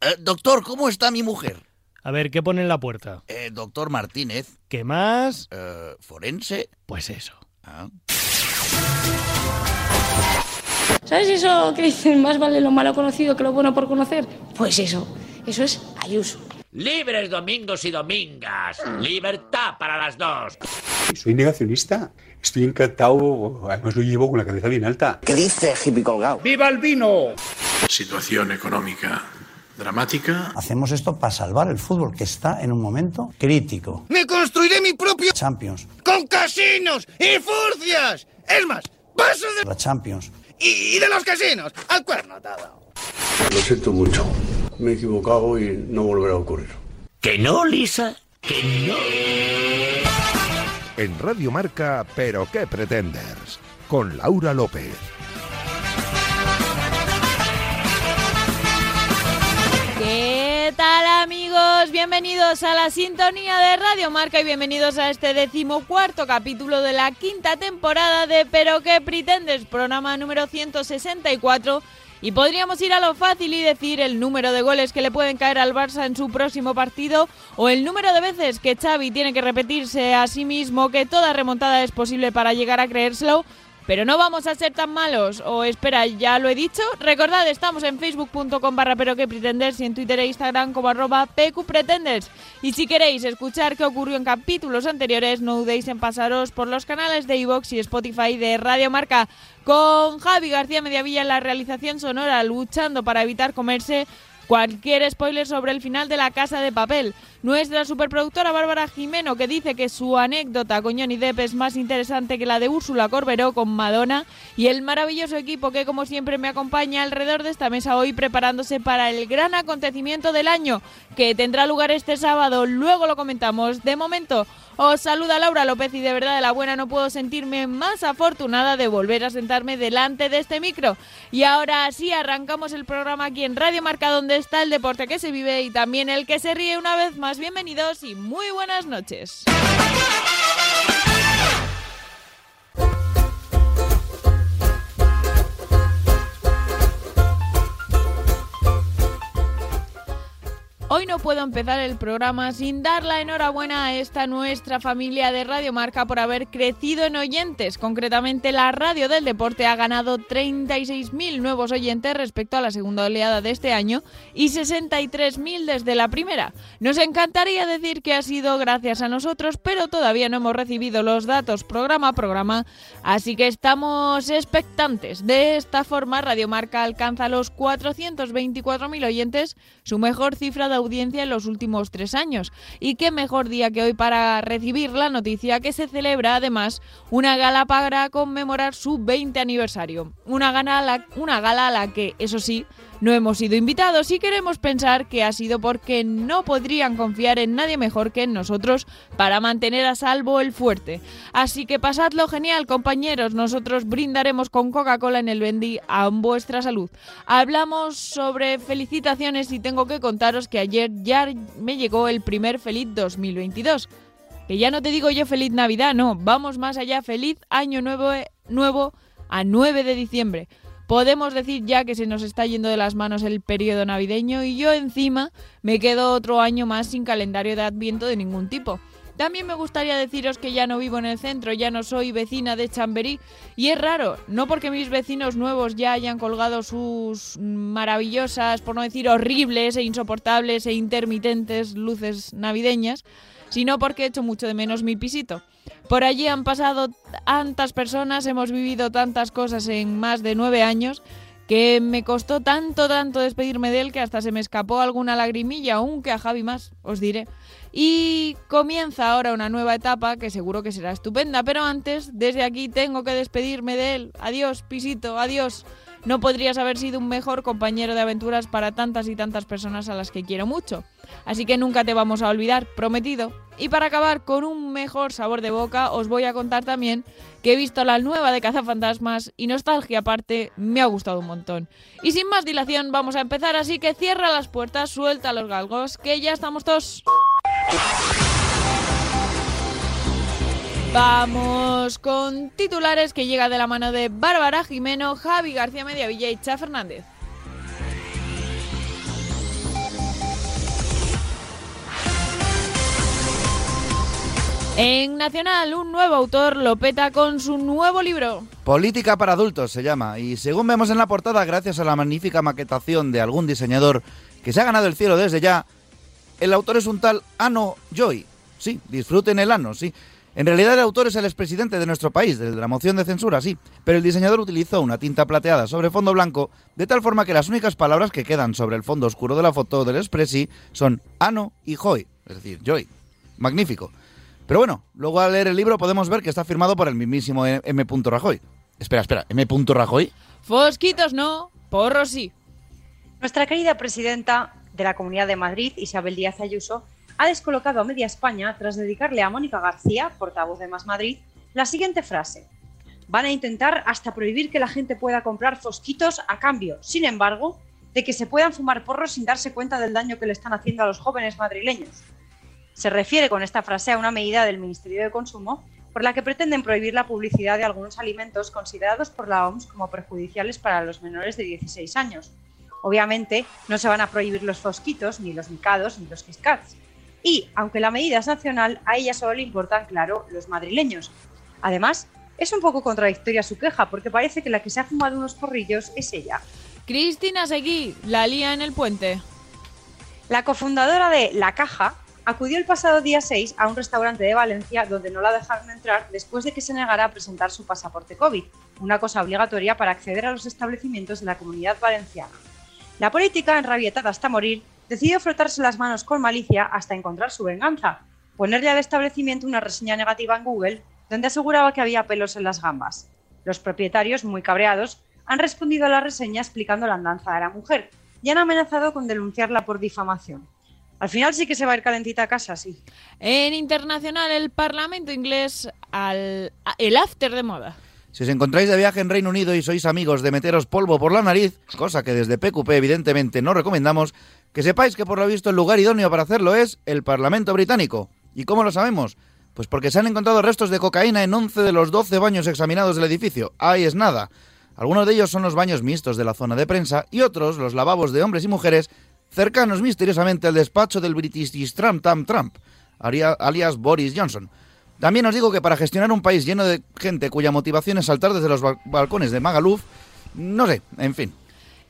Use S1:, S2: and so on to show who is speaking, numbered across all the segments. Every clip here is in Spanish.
S1: Eh, doctor, ¿cómo está mi mujer?
S2: A ver, ¿qué pone en la puerta?
S1: Eh, doctor Martínez,
S2: ¿Qué más?
S1: eh, forense.
S2: Pues eso.
S1: Ah.
S3: ¿Sabes eso que dicen más vale lo malo conocido que lo bueno por conocer? Pues eso, eso es Ayuso.
S4: Libres domingos y domingas. Libertad para las dos.
S5: Soy negacionista. Estoy encantado. Además lo llevo con la cabeza bien alta.
S6: ¿Qué dice hippie colgado?
S7: Situación económica dramática.
S6: Hacemos esto para salvar el fútbol que está en un momento crítico.
S8: Me construiré mi propio
S6: Champions,
S8: con casinos y furcias. Es más, paso de...
S6: la Champions.
S8: Y, y de los casinos al cuerno todo.
S9: Lo siento mucho. Me he equivocado y no volverá a ocurrir.
S4: ¿Que no, Lisa? ¿Que no?
S10: En Radio Marca, Pero qué pretenders, con Laura López.
S11: ¿Qué tal amigos? Bienvenidos a la sintonía de Radio Marca y bienvenidos a este decimocuarto capítulo de la quinta temporada de Pero qué pretendes, programa número 164. Y podríamos ir a lo fácil y decir el número de goles que le pueden caer al Barça en su próximo partido o el número de veces que Xavi tiene que repetirse a sí mismo que toda remontada es posible para llegar a creérselo, pero no vamos a ser tan malos. O espera, ya lo he dicho. Recordad, estamos en facebook.com barra pero que pretenders y en Twitter e Instagram como arroba pqpretenders. Y si queréis escuchar qué ocurrió en capítulos anteriores, no dudéis en pasaros por los canales de iVox y Spotify de Radio Marca. Con Javi García Mediavilla en la realización sonora, luchando para evitar comerse Cualquier spoiler sobre el final de La Casa de Papel. Nuestra superproductora Bárbara Jimeno, que dice que su anécdota con Johnny Depp es más interesante que la de Úrsula Corberó con Madonna. Y el maravilloso equipo que, como siempre, me acompaña alrededor de esta mesa hoy preparándose para el gran acontecimiento del año, que tendrá lugar este sábado. Luego lo comentamos. De momento, os saluda Laura López y de verdad de la buena no puedo sentirme más afortunada de volver a sentarme delante de este micro. Y ahora sí arrancamos el programa aquí en Radio Marca donde está el deporte que se vive y también el que se ríe una vez más. Bienvenidos y muy buenas noches. Hoy no puedo empezar el programa sin dar la enhorabuena a esta nuestra familia de Radio Marca por haber crecido en oyentes. Concretamente, la radio del deporte ha ganado 36.000 nuevos oyentes respecto a la segunda oleada de este año y 63.000 desde la primera. Nos encantaría decir que ha sido gracias a nosotros, pero todavía no hemos recibido los datos programa a programa, así que estamos expectantes. De esta forma, Radio Marca alcanza los 424.000 oyentes, su mejor cifra de audiencia en los últimos tres años. Y qué mejor día que hoy para recibir la noticia que se celebra además una gala para conmemorar su 20 aniversario. Una gala, a la- una gala a la que, eso sí, no hemos sido invitados y queremos pensar que ha sido porque no podrían confiar en nadie mejor que en nosotros para mantener a salvo el fuerte. Así que pasadlo genial, compañeros. Nosotros brindaremos con Coca-Cola en el Bendy a vuestra salud. Hablamos sobre felicitaciones y tengo que contaros que ayer ya me llegó el primer feliz 2022. Que ya no te digo yo feliz Navidad, no, vamos más allá, feliz año nuevo, eh, nuevo a 9 de diciembre. Podemos decir ya que se nos está yendo de las manos el periodo navideño y yo encima me quedo otro año más sin calendario de adviento de ningún tipo. También me gustaría deciros que ya no vivo en el centro, ya no soy vecina de Chamberí y es raro, no porque mis vecinos nuevos ya hayan colgado sus maravillosas, por no decir horribles e insoportables e intermitentes luces navideñas, sino porque echo mucho de menos mi pisito. Por allí han pasado tantas personas, hemos vivido tantas cosas en más de nueve años que me costó tanto, tanto despedirme de él que hasta se me escapó alguna lagrimilla, aunque a Javi más, os diré. Y comienza ahora una nueva etapa que seguro que será estupenda, pero antes, desde aquí tengo que despedirme de él. Adiós, Pisito, adiós. No podrías haber sido un mejor compañero de aventuras para tantas y tantas personas a las que quiero mucho. Así que nunca te vamos a olvidar, prometido. Y para acabar con un mejor sabor de boca, os voy a contar también que he visto la nueva de Cazafantasmas y Nostalgia aparte, me ha gustado un montón. Y sin más dilación, vamos a empezar, así que cierra las puertas, suelta los galgos, que ya estamos todos. Vamos con titulares que llega de la mano de Bárbara Jimeno, Javi García Mediavilla y Cha Fernández. En Nacional, un nuevo autor lo peta con su nuevo libro.
S12: Política para adultos se llama, y según vemos en la portada, gracias a la magnífica maquetación de algún diseñador que se ha ganado el cielo desde ya, el autor es un tal Ano Joy. Sí, disfruten el ano, sí. En realidad el autor es el expresidente de nuestro país, desde la moción de censura, sí, pero el diseñador utilizó una tinta plateada sobre fondo blanco, de tal forma que las únicas palabras que quedan sobre el fondo oscuro de la foto del Expressi son Ano y Joy, es decir, Joy. Magnífico. Pero bueno, luego al leer el libro podemos ver que está firmado por el mismísimo M. Rajoy. Espera, espera, M. Rajoy.
S11: Fosquitos no, porros sí.
S13: Nuestra querida presidenta de la Comunidad de Madrid, Isabel Díaz Ayuso, ha descolocado a media España tras dedicarle a Mónica García, portavoz de Más Madrid, la siguiente frase. Van a intentar hasta prohibir que la gente pueda comprar fosquitos a cambio, sin embargo, de que se puedan fumar porros sin darse cuenta del daño que le están haciendo a los jóvenes madrileños. Se refiere con esta frase a una medida del Ministerio de Consumo por la que pretenden prohibir la publicidad de algunos alimentos considerados por la OMS como perjudiciales para los menores de 16 años. Obviamente, no se van a prohibir los fosquitos, ni los micados, ni los quiscats. Y, aunque la medida es nacional, a ella solo le importan, claro, los madrileños. Además, es un poco contradictoria su queja, porque parece que la que se ha fumado unos porrillos es ella.
S11: Cristina Seguí, la lía en el puente.
S13: La cofundadora de La Caja, acudió el pasado día 6 a un restaurante de Valencia donde no la dejaron entrar después de que se negara a presentar su pasaporte COVID, una cosa obligatoria para acceder a los establecimientos de la comunidad valenciana. La política, enrabietada hasta morir, decidió frotarse las manos con malicia hasta encontrar su venganza, ponerle al establecimiento una reseña negativa en Google donde aseguraba que había pelos en las gambas. Los propietarios, muy cabreados, han respondido a la reseña explicando la andanza de la mujer y han amenazado con denunciarla por difamación. Al final sí que se va a ir calentita a casa, sí.
S11: En internacional, el Parlamento inglés al a- el after de moda.
S12: Si os encontráis de viaje en Reino Unido y sois amigos de meteros polvo por la nariz, cosa que desde PQP evidentemente no recomendamos, que sepáis que por lo visto el lugar idóneo para hacerlo es el Parlamento británico. ¿Y cómo lo sabemos? Pues porque se han encontrado restos de cocaína en 11 de los 12 baños examinados del edificio. Ahí es nada. Algunos de ellos son los baños mixtos de la zona de prensa y otros los lavabos de hombres y mujeres cercanos misteriosamente al despacho del British Trump Tam Trump, aria- alias Boris Johnson. También os digo que para gestionar un país lleno de gente cuya motivación es saltar desde los bal- balcones de Magaluf, no sé, en fin.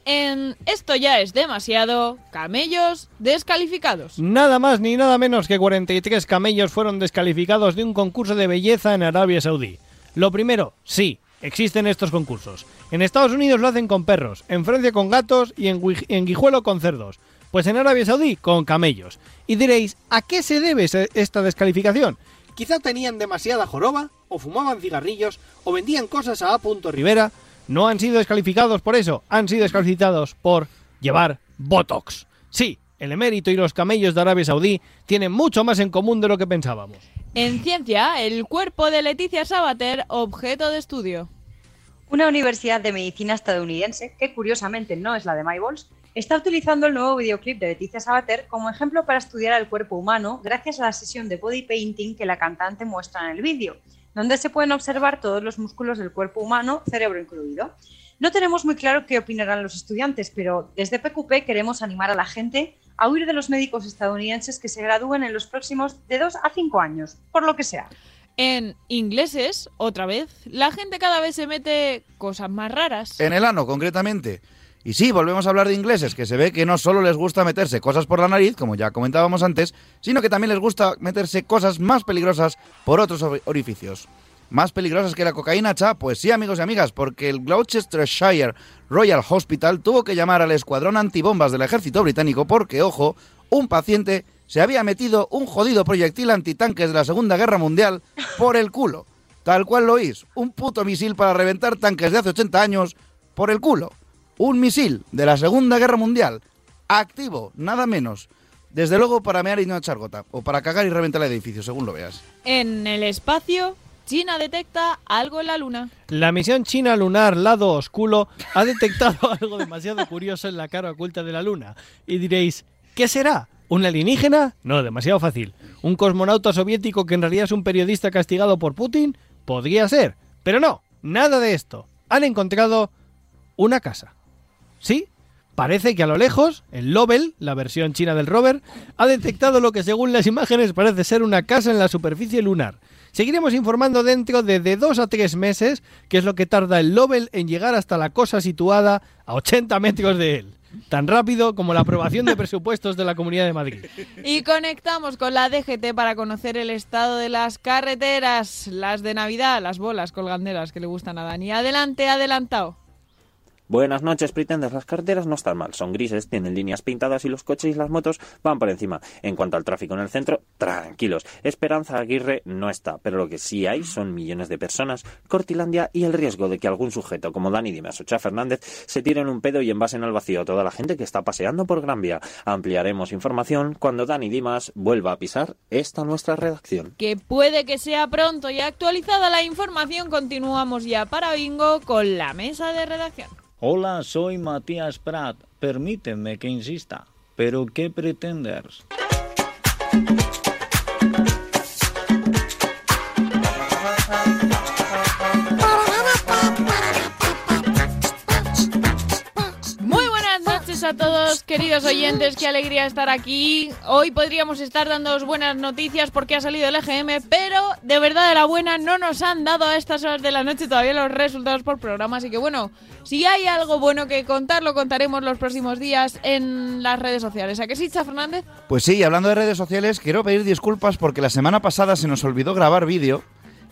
S11: En Esto ya es demasiado, camellos descalificados.
S2: Nada más ni nada menos que 43 camellos fueron descalificados de un concurso de belleza en Arabia Saudí. Lo primero, sí, existen estos concursos. En Estados Unidos lo hacen con perros, en Francia con gatos y en, Gui- en Guijuelo con cerdos. Pues en Arabia Saudí con camellos. Y diréis, ¿a qué se debe ese- esta descalificación? Quizá tenían demasiada joroba, o fumaban cigarrillos, o vendían cosas a A. Rivera. No han sido descalificados por eso, han sido descalificados por llevar Botox. Sí, el emérito y los camellos de Arabia Saudí tienen mucho más en común de lo que pensábamos.
S11: En ciencia, el cuerpo de Leticia Sabater, objeto de estudio.
S13: Una universidad de medicina estadounidense, que curiosamente no es la de Mayballs, está utilizando el nuevo videoclip de Leticia Sabater como ejemplo para estudiar el cuerpo humano gracias a la sesión de body painting que la cantante muestra en el vídeo, donde se pueden observar todos los músculos del cuerpo humano, cerebro incluido. No tenemos muy claro qué opinarán los estudiantes, pero desde PQP queremos animar a la gente a huir de los médicos estadounidenses que se gradúen en los próximos de 2 a 5 años, por lo que sea.
S11: En ingleses, otra vez, la gente cada vez se mete cosas más raras.
S12: En el ano, concretamente. Y sí, volvemos a hablar de ingleses, que se ve que no solo les gusta meterse cosas por la nariz, como ya comentábamos antes, sino que también les gusta meterse cosas más peligrosas por otros ori- orificios. ¿Más peligrosas que la cocaína, cha? Pues sí, amigos y amigas, porque el Gloucestershire Royal Hospital tuvo que llamar al escuadrón antibombas del ejército británico porque, ojo, un paciente se había metido un jodido proyectil antitanques de la Segunda Guerra Mundial por el culo. Tal cual lo oís, un puto misil para reventar tanques de hace 80 años por el culo. Un misil de la Segunda Guerra Mundial, activo, nada menos. Desde luego para mear y no echar gota, o para cagar y reventar el edificio, según lo veas.
S11: En el espacio, China detecta algo en la luna.
S2: La misión china lunar Lado Oscuro ha detectado algo demasiado curioso en la cara oculta de la Luna. Y diréis, ¿qué será? ¿Un alienígena? No, demasiado fácil. ¿Un cosmonauta soviético que en realidad es un periodista castigado por Putin? Podría ser. Pero no, nada de esto. Han encontrado una casa. ¿Sí? Parece que a lo lejos, el Lovell, la versión china del rover, ha detectado lo que según las imágenes parece ser una casa en la superficie lunar. Seguiremos informando dentro de, de dos a tres meses, que es lo que tarda el Lovell en llegar hasta la cosa situada a 80 metros de él. Tan rápido como la aprobación de presupuestos de la Comunidad de Madrid.
S11: Y conectamos con la DGT para conocer el estado de las carreteras, las de Navidad, las bolas colganderas que le gustan a Dani. Adelante, adelantado.
S14: Buenas noches, Pretenders. Las carreteras no están mal, son grises, tienen líneas pintadas y los coches y las motos van por encima. En cuanto al tráfico en el centro, tranquilos. Esperanza Aguirre no está, pero lo que sí hay son millones de personas, Cortilandia y el riesgo de que algún sujeto como Dani Dimas o Cha Fernández se tiren un pedo y envasen al vacío a toda la gente que está paseando por Gran Vía. Ampliaremos información cuando Dani Dimas vuelva a pisar esta nuestra redacción.
S11: Que puede que sea pronto y actualizada la información, continuamos ya para Bingo con la mesa de redacción.
S15: Hola, soy Matías Prat. Permíteme que insista. ¿Pero qué pretendes?
S11: Muy buenas noches a todos, queridos oyentes. Qué alegría estar aquí. Hoy podríamos estar dándoos buenas noticias porque ha salido el EGM, pero de verdad de la buena no nos han dado a estas horas de la noche todavía los resultados por programa. Así que bueno, si hay algo bueno que contar, lo contaremos los próximos días en las redes sociales. ¿A qué sí, Cha Fernández?
S12: Pues sí, hablando de redes sociales, quiero pedir disculpas porque la semana pasada se nos olvidó grabar vídeo.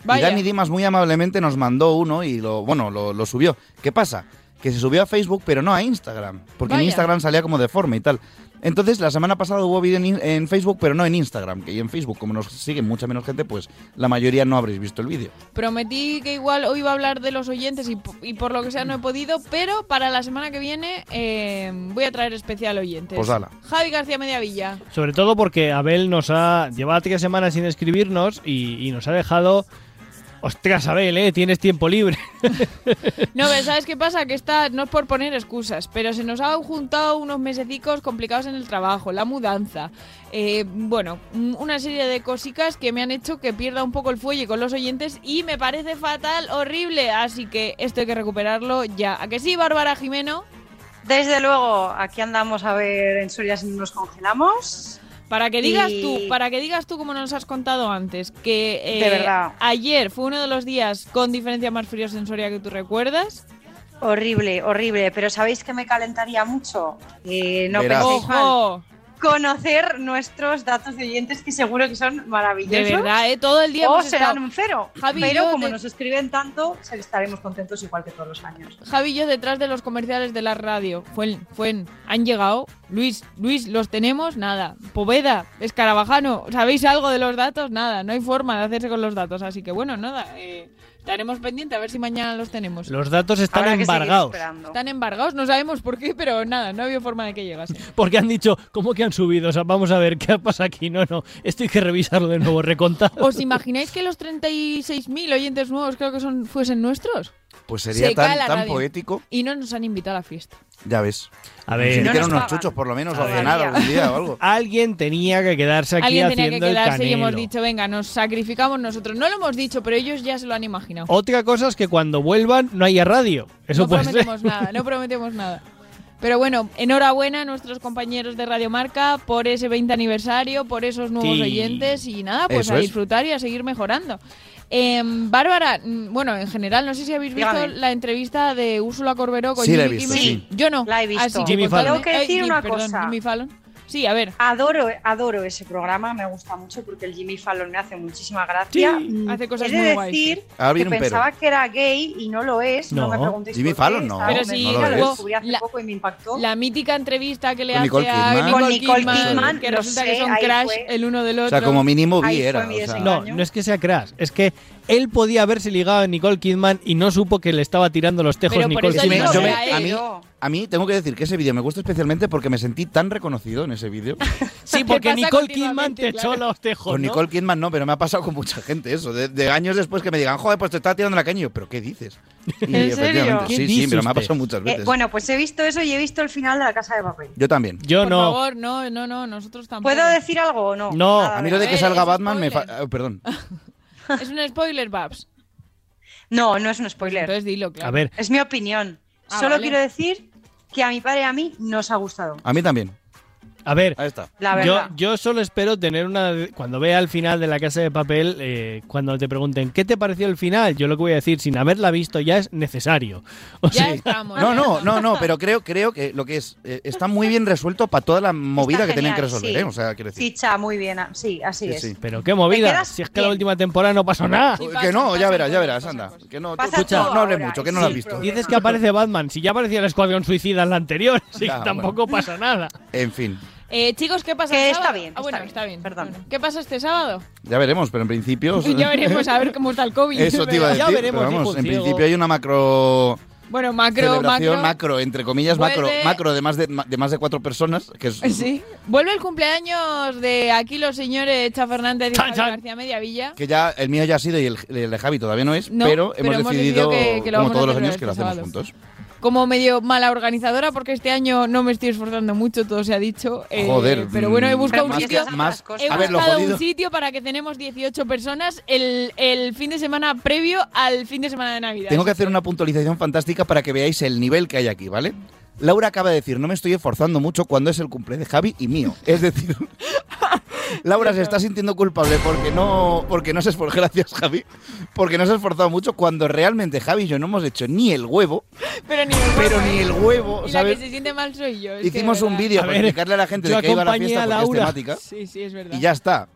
S12: Y
S11: Vaya.
S12: Dani Dimas muy amablemente nos mandó uno y lo, bueno, lo, lo subió. ¿Qué pasa? Que se subió a Facebook, pero no a Instagram. Porque en
S11: Vaya.
S12: Instagram salía como deforme y tal. Entonces, la semana pasada hubo vídeo en, in- en Facebook, pero no en Instagram. Que y en Facebook, como nos sigue mucha menos gente, pues la mayoría no habréis visto el vídeo.
S11: Prometí que igual hoy iba a hablar de los oyentes y, po- y por lo que sea no he podido, pero para la semana que viene eh, voy a traer especial oyentes.
S2: Pues ala.
S11: Javi García Mediavilla.
S2: Sobre todo porque Abel nos ha llevado tres semanas sin escribirnos y, y nos ha dejado. Ostras, Abel, ¿eh? tienes tiempo libre.
S11: No, pero ¿sabes qué pasa? Que está, no es por poner excusas, pero se nos han juntado unos mesecicos complicados en el trabajo, la mudanza. eh, bueno, mm, una serie de cositas que me han hecho que pierda un poco el fuelle con los oyentes y me parece fatal, horrible. Así que esto hay que recuperarlo ya. ¿A que sí, Bárbara Jimeno?
S13: Desde luego, aquí andamos a ver en Soria si nos congelamos.
S11: Para que digas
S13: Y-
S11: tú, para que digas tú como nos has contado antes, que eh,
S13: De verdad.
S11: ayer fue uno de los días con diferencia más frío sensoria que tú recuerdas.
S13: Horrible, horrible. Pero ¿sabéis que me calentaría mucho? Eh, no
S11: Verás.
S13: penséis mal.
S11: Ojo.
S13: Conocer nuestros datos de oyentes que seguro que son maravillosos.
S11: De verdad, ¿eh? Todo el día
S13: O
S11: hemos
S13: serán
S11: estado-
S13: un cero.
S11: Javi, yo
S13: pero como
S11: te-
S13: nos escriben tanto, estaremos contentos igual que todos los años.
S11: Javi y yo detrás de los comerciales de la radio. Fuen, Fuen, han llegado. Luis, Luis, ¿los tenemos? Nada. Poveda, Escarabajano, ¿sabéis algo de los datos? Nada, no hay forma de hacerse con los datos. Así que bueno, nada, eh, estaremos pendiente a ver si mañana los tenemos.
S2: Los datos están
S11: Habrá que seguir
S2: embargados.
S11: Están embargados, no sabemos por qué, pero nada, no había forma de que llegase.
S2: Porque han dicho, ¿cómo que han subido? O sea, vamos a ver qué pasa aquí. No, no, esto hay que revisarlo de nuevo, recontar.
S11: ¿Os imagináis que los 36.000 oyentes nuevos creo que son fuesen nuestros?
S12: Pues
S11: Se
S12: sería
S11: cae
S12: tan,
S11: la
S12: tan
S11: radio.
S12: poético.
S11: Y no nos han invitado a la fiesta.
S12: Ya ves.
S2: A ver.
S12: Si
S2: No
S12: hicieron
S2: nos
S12: unos
S2: pagan.
S12: chuchos, por lo menos,
S2: A
S12: o
S2: ver.
S12: cenar algún día o algo.
S2: Alguien tenía que quedarse aquí
S11: Alguien tenía
S2: haciendo
S11: que
S2: el
S11: quedarse y
S2: canelo.
S11: hemos dicho, venga, nos sacrificamos nosotros. No lo hemos dicho, pero ellos ya se lo han imaginado.
S2: Otra cosa es que cuando vuelvan no haya radio. Eso
S11: no
S2: puede ser.
S11: prometemos nada, no prometemos nada. Pero bueno, enhorabuena a nuestros compañeros de Radio Marca por ese 20 aniversario, por esos nuevos
S16: Sí.
S11: oyentes y nada, pues
S16: Eso
S11: a
S16: es.
S11: disfrutar y a seguir mejorando. Em, Bárbara, mm, bueno, en general, no sé si habéis visto
S13: Dígame.
S11: la entrevista de Úrsula Corberó con
S13: Sí, la he
S11: Jimmy
S13: visto,
S11: Kimmel.
S13: sí.
S11: Yo no.
S13: La he visto.
S11: Así que
S13: Jimmy
S11: contadme-
S13: Fallon. Tengo que
S11: Ay,
S13: decir
S11: Jimmy-
S13: una
S11: perdón,
S13: cosa.
S11: Jimmy Fallon. Sí, a ver.
S13: Adoro, adoro ese programa, me gusta mucho porque el Jimmy Fallon me hace muchísima gracia.
S11: Sí, hace cosas
S13: He de
S11: muy guays.
S13: Mm.
S11: ¿eh?
S13: decir
S12: Ahora
S13: que
S12: Ah, viene un pero.
S13: pensaba que era gay y no lo es. No,
S12: No.
S13: me preguntéis
S12: Jimmy
S13: por qué,
S12: Fallon no.
S13: estaba
S12: Pero
S13: convencida,
S12: sí, No lo
S13: lo
S12: es.
S13: descubrí hace poco y me impactó.
S11: La mítica entrevista que le
S12: Con
S11: hace
S12: Nicole
S11: a
S12: Kidman.
S11: Nicole
S12: Con Nicole
S11: Kidman,
S13: Kidman,
S11: que
S13: lo
S11: resulta
S13: sé,
S11: que son
S13: ahí
S11: crash
S13: fue.
S11: el uno del otro.
S12: O sea, como mínimo vi era. o sea.
S2: No, no es que sea crash, es que él podía haberse ligado a Nicole Kidman y no supo que le estaba tirando los tejos Nicole
S12: Es que pues me-
S2: Kidman.
S12: yo me- a, mí, a mí tengo que decir que ese vídeo me gusta especialmente porque me sentí tan reconocido en ese vídeo.
S2: Sí, porque Nicole Kidman te echó los tejos.
S12: Con
S2: ¿no?
S12: Nicole Kidman no, pero me ha pasado con mucha gente eso. De, de años después que me digan, joder, pues te estaba tirando la caña. Y yo, ¿pero qué dices? Y
S13: ¿En serio?
S12: efectivamente,
S13: ¿Qué
S12: Sí, sí,
S13: dice
S12: pero me ha
S13: usted?
S12: pasado muchas
S13: Eh,
S12: veces.
S13: bueno, pues he visto eso y he visto el final de la casa de papel.
S12: Yo también.
S2: Yo
S11: Por favor, no, no, no, nosotros tampoco.
S13: ¿Puedo decir algo o no? Nada,
S12: a mí lo de
S13: nada.
S12: que salga Batman me... fa- ah, perdón.
S11: Es un spoiler, Babs.
S13: No, no es un spoiler.
S11: Entonces dilo, claro.
S12: A ver.
S13: Es mi opinión.
S11: Ah,
S13: Solo
S11: vale.
S13: quiero decir que a mi padre y a mí nos ha gustado.
S12: A mí también.
S2: A ver,
S13: La
S2: yo,
S13: verdad.
S2: yo solo espero tener una. Cuando vea el final de la casa de papel, eh, cuando te pregunten qué te pareció el final, yo lo que voy a decir sin haberla visto ya es necesario. O sea,
S12: No, no, no, no, pero creo, creo que lo que es eh, está muy bien resuelto para toda la movida
S13: Está
S12: que tenían que
S13: genial,
S12: resolver,
S13: sí.
S12: ¿eh? O sea, quiero decir.
S13: Chicha, muy bien, ah, sí, así
S12: Sí,
S13: es.
S12: sí.
S2: Pero qué movida.
S13: quedas
S2: Si es que la última temporada no pasó nada.
S12: Ah, Que no, ya verás, ya verás, anda. Que no, tú-
S13: Pasa
S12: escucha,
S13: todo
S12: no hables
S13: ahora,
S12: mucho, que no lo has visto.
S2: Dices que aparece Batman. Si ya aparecía el Escuadrón Suicida en la anterior, así
S12: Ya,
S2: que
S12: bueno.
S2: tampoco pasa nada.
S12: En fin,
S11: Eh, chicos, ¿qué pasa?
S13: Que
S11: el
S13: está
S11: sábado?
S13: bien,
S11: Ah, bueno, está bien. Bueno, ¿Qué pasa este sábado?
S12: ya veremos, pero en principio.
S11: Ya veremos a ver cómo está el COVID.
S12: Pues, Eso te iba a
S11: pero-
S12: decir. pero vamos, en principio hay una macro.
S11: Bueno, macro,
S12: celebración,
S11: macro.
S12: entre comillas,
S11: Vuelve-
S12: macro, macro de más de, ma- de más de cuatro personas, que es
S11: Sí. Vuelve el cumpleaños de aquí los señores Cha Fernández y
S12: Chan,
S11: Javier
S12: chan.
S11: García Mediavilla.
S12: que ya el mío ya ha sido y el, el de Javi todavía no es,
S11: No,
S12: pero hemos
S11: pero hemos decidido
S12: decidido,
S11: que- que lo vamos
S12: como todos
S11: a
S12: los
S11: celebrar
S12: años que lo
S11: este
S12: hacemos
S11: sábado.
S12: juntos.
S11: Como medio mala organizadora, porque este año no me estoy esforzando mucho, todo se ha dicho. eh,
S12: Joder,
S11: Pero bueno, he
S12: mm,
S11: buscado un
S12: más que-
S11: sitio.
S12: más-
S11: he
S12: a ver, lo
S11: buscado un
S12: jodido-
S11: sitio para que tenemos 18 personas el, el fin de semana previo al fin de semana de Navidad.
S12: Tengo que hacer una puntualización fantástica para que veáis el nivel que hay aquí, ¿vale? Laura acaba de decir, no me estoy esforzando mucho cuando es el cumple de Javi y mío. Es decir, Laura se está sintiendo culpable porque no, porque no se esforzó, gracias Javi, porque no se ha esforzado mucho cuando realmente Javi y yo no hemos hecho ni el huevo.
S11: Pero ni el huevo.
S12: Pero ni el huevo,
S11: Y
S12: ¿sabes?
S11: la que se siente mal soy yo. es que de
S12: Hicimos un
S11: verdad.
S12: vídeo para explicarle a la gente de qué iba la
S2: acompañé
S12: fiesta
S2: a
S12: porque es
S2: Laura.
S12: temática.
S11: Sí, sí, es verdad.
S12: Y ya está.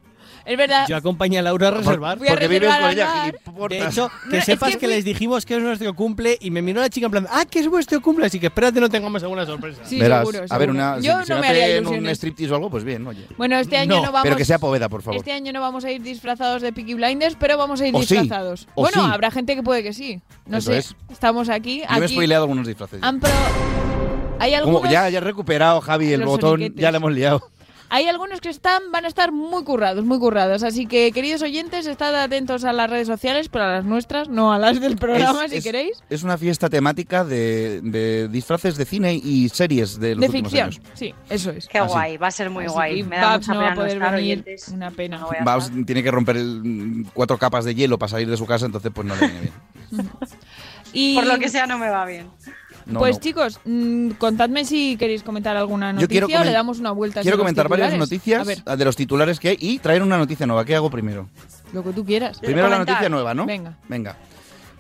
S11: Es verdad.
S2: Yo acompañé a Laura a reservar.
S11: Voy a
S12: porque vives
S11: reservar
S12: con
S11: al
S12: ella,
S11: mar.
S2: De hecho,
S11: No,
S2: que
S11: es
S2: sepas
S11: que
S2: que,
S11: fui-
S2: les dijimos que es nuestro cumple y me miró la chica en plan, ah, que es vuestro cumple, así que espérate, no tengamos alguna sorpresa.
S11: Sí,
S12: Verás,
S11: seguro,
S12: a ver,
S11: seguro.
S12: una, si
S11: Yo
S12: se
S11: no
S12: me
S11: me haría
S12: hace en un
S11: ilusiones.
S12: striptease o algo, pues bien, oye.
S11: Bueno, este año no, vamos.
S12: Pero que sea Poveda, por favor.
S11: Este año no vamos a ir disfrazados de Peaky Blinders, pero vamos a ir
S12: O sí,
S11: disfrazados.
S12: o
S11: bueno,
S12: sí.
S11: habrá gente que puede que sí. No
S12: Eso
S11: sé.
S12: es.
S11: Estamos aquí.
S12: Yo me he
S11: aquí
S12: spoileado algunos disfraces.
S11: han pro- Hay
S12: Como
S11: algunos,
S12: ya, ya he recuperado, Javi, el
S11: Los
S12: botón,
S11: soniquetes.
S12: ya le hemos liado.
S11: hay algunos que están, van a estar muy currados, muy currados. Así que, queridos oyentes, estad atentos a las redes sociales, pero a las nuestras, no a las del programa,
S12: Es-
S11: si
S12: es-
S11: queréis.
S12: Es una fiesta temática de, de disfraces de cine y series de los
S11: De
S12: últimos
S11: ficción.
S12: años.
S11: Sí, eso es.
S12: Ah,
S13: Qué guay, va a ser muy
S11: Así
S13: guay.
S11: que
S13: Me da
S11: Babs
S13: mucha
S11: no va
S13: pena
S11: a
S13: no
S11: poder
S13: estar,
S11: venir.
S13: oyentes.
S11: Una pena.
S13: No voy a
S12: Babs tiene que romper el- mm, cuatro capas de hielo para salir de su casa, entonces pues no le viene bien.
S11: Y-
S13: Por lo que sea, no me va bien.
S12: No,
S11: pues
S12: no.
S11: chicos, mm, contadme si queréis comentar alguna
S12: Yo
S11: noticia
S12: quiero
S11: o le
S12: comen-
S11: damos una vuelta. así
S12: Quiero
S11: a los
S12: comentar varias
S11: titulares. A
S12: noticias
S11: ver,
S12: de los titulares que hay y traer una noticia nueva. ¿Qué hago primero?
S11: lo que tú quieras.
S12: Primero la noticia nueva, ¿no?
S11: Venga.
S12: Venga.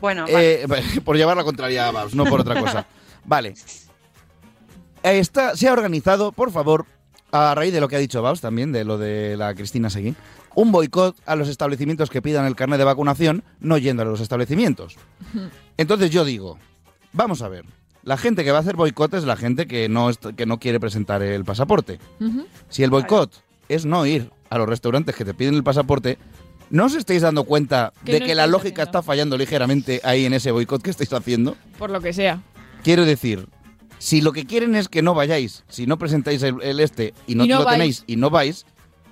S13: Bueno,
S12: Eh, por llevar la contraria a Babs, no por otra cosa. Vale. Eh, Está, se ha organizado, por favor, a raíz de lo que ha dicho Babs también, de lo de la Cristina Seguí, un boicot a los establecimientos que pidan el carnet de vacunación no yendo a los establecimientos. Entonces yo digo, vamos a ver, la gente que va a hacer boicot es la gente que no, est- que no quiere presentar el pasaporte.
S11: Ujú.
S12: Si el boicot es no ir a los restaurantes que te piden el pasaporte, ¿no os estáis dando cuenta
S11: Que
S12: de
S11: no
S12: que la
S11: estáis
S12: lógica
S11: haciendo.
S12: está fallando ligeramente ahí en ese boicot que estáis haciendo?
S11: Por lo que sea.
S12: Quiero decir, si lo que quieren es que no vayáis, si no presentáis el, el este y no,
S11: Y no
S12: lo
S11: vais.
S12: tenéis y no vais,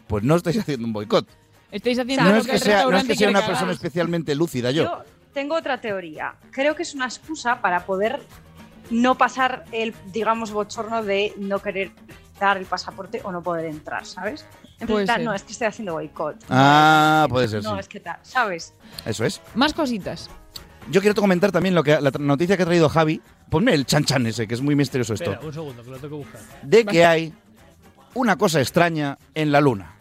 S12: pues no estáis haciendo un boicot.
S11: Estáis haciendo
S12: No
S11: lo
S12: es
S11: el
S12: que sea, no es
S11: restaurante
S12: que sea
S11: quiere
S12: una
S11: que
S12: persona
S11: hagáis.
S12: especialmente lúcida yo.
S13: Yo tengo otra teoría. Creo que es una excusa para poder no pasar el, digamos, bochorno de no querer dar el pasaporte o no poder entrar, ¿sabes? En
S11: Puede
S13: plan,
S11: ser.
S13: no, es que estoy haciendo boicot.
S12: Ah, puede ser,
S13: No,
S12: sí.
S13: es que tal, ¿sabes?
S12: Eso es.
S11: Más cositas.
S12: Yo quiero comentar también lo que, la tra- noticia que ha traído Javi. Ponme el chan chan ese, que es muy misterioso esto.
S2: Espera, un segundo, que lo tengo que buscar.
S12: de que hay una cosa extraña en la luna.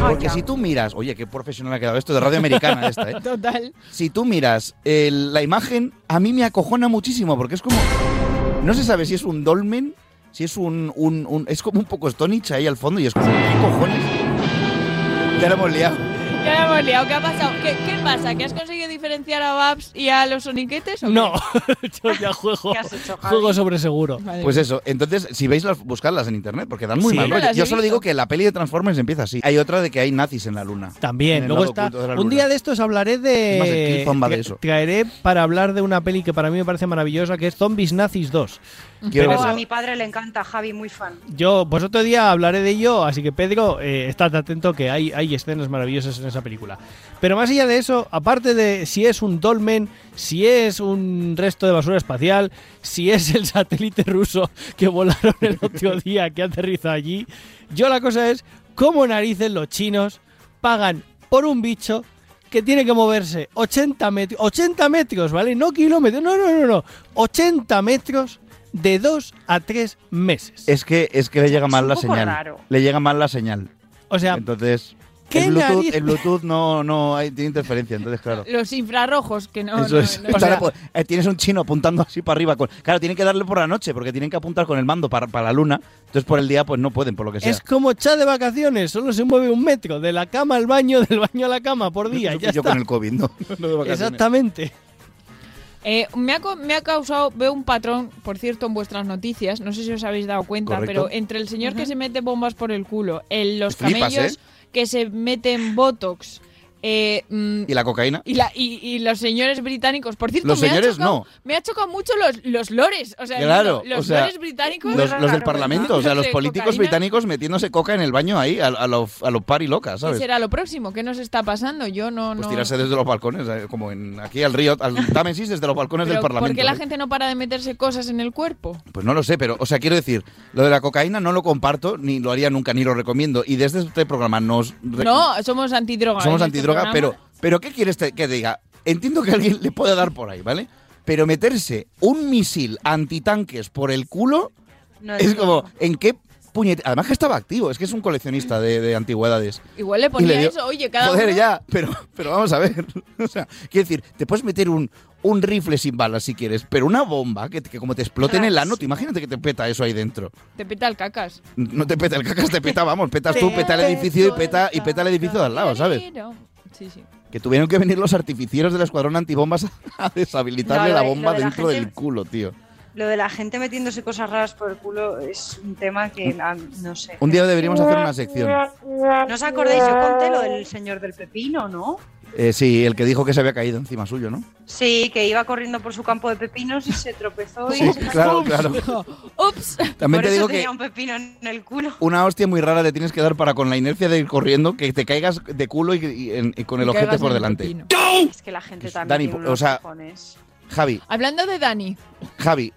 S12: Porque
S13: ya.
S12: si tú miras, oye, qué profesional ha quedado esto de radio americana esta, ¿eh?
S11: Total.
S12: Si tú miras el- la imagen, a mí me acojona muchísimo porque es como, no se sabe si es un dolmen, si es un, un- un- es como un poco Stonich ahí al fondo y es como, ¿qué cojones? Ya lo hemos liado.
S11: Ya la hemos liado. ¿Qué ha pasado? ¿Qué, qué pasa? ¿Que has conseguido diferenciar a Babs y a los soniquetes? o qué?
S2: No, yo ya juego,
S13: ¿Qué has hecho, Javi?
S2: juego sobre seguro.
S11: Vale.
S12: Pues eso, entonces, si veis las, buscarlas en internet, porque dan muy
S2: Sí.
S12: mal
S2: Yo no
S12: rollo.
S11: las he
S12: Yo solo
S11: visto.
S12: digo que la peli de Transformers empieza así. Hay otra de que hay nazis en la luna. En
S2: También,
S12: el
S2: luego
S12: lado
S2: está.
S12: oculto de la
S2: Un
S12: luna.
S2: día de estos hablaré
S12: Es más, el
S2: de.
S12: clip-on va de
S2: tra-
S12: eso.
S2: Traeré para hablar de una peli que para mí me parece maravillosa, que es Zombies Nazis 2.
S12: Quiero
S13: Oh,
S12: ver-
S13: a mi padre le encanta, Javi, muy fan.
S2: Yo, pues otro día hablaré de ello, así que Pedro, eh, estad atento que hay, hay escenas maravillosas en esa película. Pero más allá de eso, aparte de si es un dolmen, si es un resto de basura espacial, si es el satélite ruso que volaron el otro día que aterriza allí, yo la cosa es cómo narices los chinos pagan por un bicho que tiene que moverse 80 metros, 80 metros, ¿vale? No kilómetros, no, no, no, no, 80 metros de dos a tres meses.
S12: Es que, es que le llega mal
S2: un
S12: la
S2: poco
S12: señal.
S2: raro.
S12: Le llega mal la señal.
S2: O sea,
S12: entonces
S2: ¿qué
S12: el Bluetooth,
S2: nariz?
S12: el Bluetooth no, no hay, tiene interferencia, entonces claro.
S11: Los infrarrojos, que no.
S12: Eso
S11: no-
S12: es.
S11: no-
S12: Estar apu- eh, tienes un chino apuntando así para arriba. con- claro, tienen que darle por la noche porque tienen que apuntar con el mando para, para la luna. Entonces por el día pues no pueden, por lo que sea.
S2: Es como chat de vacaciones, solo se mueve un metro, de la cama al baño, del baño a la cama por día.
S12: Yo
S2: ya
S12: yo
S2: está.
S12: con el COVID, ¿no? no de vacaciones.
S2: Exactamente.
S11: Eh, me, ha, co- me ha causado, veo un patrón, por cierto, en vuestras noticias, no sé si os habéis dado cuenta,
S12: Correcto.
S11: pero entre el señor que se mete bombas por el culo, el, los
S12: Flipas,
S11: camellos
S12: ¿eh?
S11: que se meten botox, eh, mm,
S12: ¿Y la cocaína?
S11: y, la- y- y los señores británicos. Por cierto,
S12: Los
S11: me,
S12: señores,
S11: ha chocado,
S12: no.
S11: me ha chocado mucho los, los lores. O sea,
S12: Claro,
S11: los
S12: o sea,
S11: lores británicos.
S12: Los, los del Parlamento, o sea, los políticos británicos metiéndose coca en el baño ahí, a, a lo, a lo pari loca,
S11: ¿Qué
S12: ¿sabes?
S11: será lo próximo? ¿Qué nos está pasando? Yo no.
S12: Pues
S11: no-
S12: tirarse desde los balcones, eh, como en, aquí al río, al Támesis, desde los balcones
S11: Pero,
S12: del Parlamento.
S11: ¿Por qué la
S12: ¿eh?
S11: gente no para de meterse cosas en el cuerpo?
S12: Pues no lo sé, pero, o sea, quiero decir, lo de la cocaína no lo comparto, ni lo haría nunca, ni lo recomiendo. Y desde este programa nos. re-
S11: No, somos antidroga.
S12: somos
S11: en este
S12: antidroga,
S11: programa.
S12: pero, pero ¿qué quieres te- que te diga? Entiendo que alguien le puede dar por ahí, ¿vale? Pero meterse un misil antitanques por el culo
S13: No
S12: es como, ¿en qué puñet... Además que estaba activo, es que es un coleccionista de, de antigüedades.
S11: Igual le
S12: Y
S11: ponía
S12: le dio-
S11: eso, oye, cada
S12: Joder,
S11: uno-
S12: ya, pero, pero vamos a ver. O sea, quiero decir, te puedes meter un, un rifle sin balas si quieres, pero una bomba que, que como te explote en el ano, te imagínate que te peta eso ahí dentro.
S11: Te peta el cacas.
S12: No te peta el cacas, te peta, vamos, petas tú, peta el edificio y peta, y peta el edificio de al lado, ¿sabes?
S11: Pero- Sí, sí.
S12: Que tuvieron que venir los artificieros del escuadrón antibombas a deshabilitarle
S13: No, lo
S12: la
S13: de-
S12: bomba
S13: lo de la
S12: dentro
S13: gente-
S12: del culo, tío.
S13: Lo de la gente metiéndose cosas raras por el culo es un tema que ah, no sé.
S12: Un día deberíamos hacer una sección.
S13: ¿No os acordáis? Yo conté lo del señor del pepino, ¿no?
S12: Eh, sí, el que dijo que se había caído encima suyo, ¿no?
S13: Sí, que iba corriendo por su campo de pepinos y se tropezó y
S12: Sí,
S13: se
S12: claro, claro.
S11: Ups.
S12: También
S13: por
S12: te
S13: eso
S12: digo
S13: tenía
S12: que-
S13: un pepino en el culo.
S12: Una hostia muy rara te tienes que dar para con la inercia de ir corriendo, que te caigas de culo y, y en- y con el
S11: Caigas
S12: ojete
S11: en
S12: por
S11: el
S12: delante.
S11: pepino.
S13: Es que la gente
S12: Pues,
S13: también
S12: Dani,
S13: tiene
S12: o
S13: unos
S12: sea,
S13: cojones.
S12: Javi,
S11: Hablando de Dani,
S12: Javi,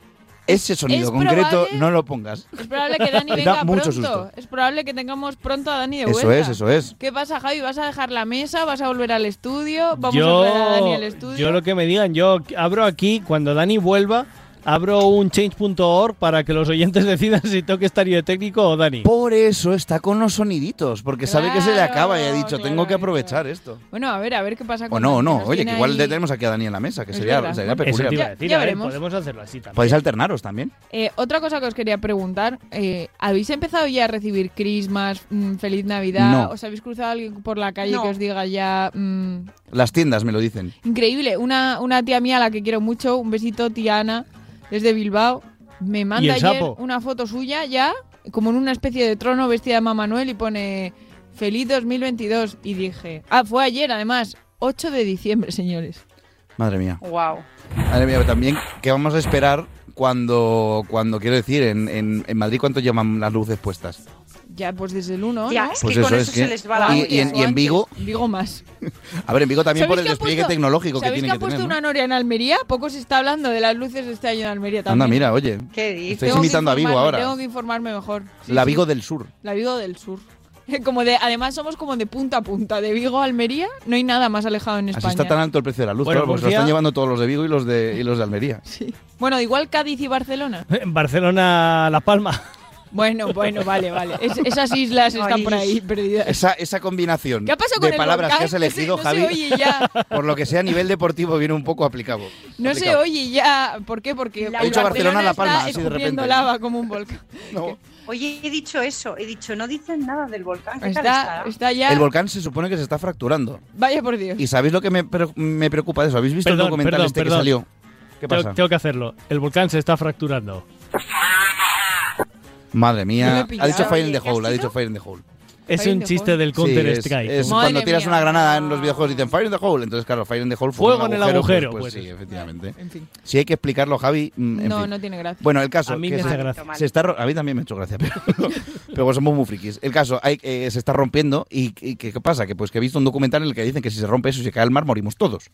S12: ese sonido
S11: es
S12: concreto
S11: probable-
S12: no lo pongas.
S11: es probable que Dani
S12: Da
S11: venga
S12: mucho
S11: pronto.
S12: susto.
S11: Es probable que tengamos pronto a Dani de
S12: Eso
S11: vuelta.
S12: es, eso es.
S11: ¿Qué pasa, Javi? ¿Vas a dejar la mesa? ¿Vas a volver al estudio? ¿Vamos a
S2: yo,
S11: volver a Dani al estudio?
S2: yo lo que me digan, yo abro aquí, cuando Dani vuelva, abro un change.org para que los oyentes decidan si tengo que estar yo de técnico o Dani.
S12: Por eso está con los soniditos, porque sabe que se le
S11: Claro,
S12: acaba y ha dicho,
S11: claro,
S12: tengo que aprovechar esto.
S11: Bueno, a ver, a ver qué pasa con
S12: O no, o
S11: Dani,
S12: no,
S11: nos
S12: oye, que
S11: tiene
S12: igual
S11: ahí-
S12: le tenemos aquí a Dani en la mesa, que
S11: Es
S12: sería,
S11: verdad.
S12: sería
S11: Eso
S12: peculiar.
S2: te iba a
S11: Ya-
S2: decir,
S11: ya
S2: a ver,
S11: veremos.
S2: podemos hacerlo así también.
S12: Podéis alternaros también.
S11: Eh, otra cosa que os quería preguntar, eh, ¿habéis empezado ya a recibir Christmas, mm, Feliz Navidad?
S12: No.
S11: ¿Os habéis cruzado a alguien por la calle
S13: No.
S11: que os diga ya... mm,
S12: Las tiendas me lo dicen.
S11: increíble, una, una tía mía a la que quiero mucho, un besito, tía Ana, desde Bilbao, me
S2: ¿Y
S11: manda
S2: el
S11: ayer
S2: sapo?
S11: una foto suya ya, como en una especie de trono vestida de Mamá Noel y pone Feliz 2022 y dije, ah, fue ayer además, 8 de diciembre, señores.
S12: Madre mía.
S13: Wow.
S12: Madre mía, pero también, ¿qué vamos a esperar cuando, cuando quiero decir, en, en- en Madrid cuánto llevan las luces puestas?
S11: Ya pues desde el 1,
S13: Ya,
S11: ¿no?
S13: es que con eso se les va la
S12: y,
S13: olla.
S12: y en, y en Vigo,
S11: Digo más.
S12: a ver, en Vigo también por el
S11: ¿Sabéis que han
S12: despliegue
S11: puesto-
S12: tecnológico que
S11: ¿sabéis
S12: tienen
S11: que
S12: que,
S11: han puesto
S12: tener. ¿no?
S11: una noria en Almería? Poco se está hablando de las luces de este año en Almería también.
S12: Anda, mira, oye.
S13: ¿Qué dices?
S12: Estáis
S11: Tengo que
S12: imitando a Vigo
S11: informarme,
S12: ahora.
S11: Tengo que informarme mejor. Sí,
S12: La
S11: sí.
S12: Vigo del Sur.
S11: La Vigo del Sur. Como de, además somos como de punta a punta, de Vigo a Almería, no hay nada más alejado en
S12: Así
S11: España.
S12: está tan alto el precio de la luz,
S2: Bueno, pues
S12: claro, porque se lo
S2: Murcia-
S12: están llevando todos los de Vigo y los de, y los de Almería.
S11: Bueno, igual Cádiz y Barcelona.
S2: En Barcelona, Las Palmas.
S11: Bueno, bueno, vale, vale. Es- esas islas están por ahí perdidas.
S12: Esa, esa combinación
S11: ¿Qué ha pasado con
S12: de
S11: el
S12: palabras que
S11: volcán?
S12: has elegido,
S11: no se,
S12: Javi,
S11: No se oye ya.
S12: por lo que sea a nivel deportivo, viene un poco aplicado.
S11: No se
S12: aplicado.
S11: oye ya. ¿Por qué? Porque
S12: Ha dicho Barcelona, La Palma,
S11: está
S12: así de
S11: escupiendo
S12: repente.
S11: lava como un volcán.
S13: Oye, he dicho eso, he dicho, no dicen nada del volcán. ¿Qué tal
S11: Está,
S13: estará?
S11: está ya.
S12: El volcán se supone que se está fracturando.
S11: Vaya por Dios.
S12: ¿Y sabéis lo que me, pre- me preocupa de eso? ¿Habéis visto el
S2: Perdón,
S12: documental
S2: perdón,
S12: este
S2: perdón.
S12: que salió? ¿Qué
S2: Tengo-
S12: pasa?
S2: Tengo, que hacerlo. El volcán se está fracturando.
S12: Madre
S11: No lo he
S12: mía. Ha
S11: pillado.
S12: dicho Fire in the
S11: Oye, ¿qué has
S12: Hole, ha
S11: dicho?
S12: dicho Fire in the Hole.
S2: Es
S11: Fire in
S2: un
S11: the
S2: chiste
S11: hole.
S2: del
S12: Sí,
S2: Counter
S12: es-
S2: Strike.
S12: Es,
S11: Madre
S12: cuando tiras
S11: mía.
S12: una granada en los videojuegos dicen Fire in the Hole, entonces claro, Fire in the Hole fue
S2: Fuego
S12: un
S2: en el agujero,
S12: pues,
S2: pues
S12: sí,
S2: eso.
S12: efectivamente.
S11: En fin.
S12: Si hay que explicarlo, Javi, mm, en
S11: No,
S12: fin.
S11: no tiene gracia.
S12: Bueno, el caso.
S2: A mí
S12: que
S2: me
S12: se-
S2: hace gracia.
S12: se está ro- a mí también me ha hecho gracia, pero, pero pues somos muy frikis. El caso hay- eh, se está rompiendo y, y ¿qué, qué pasa? Que pues que he visto un documental en el que dicen que si se rompe eso y se cae al mar morimos todos.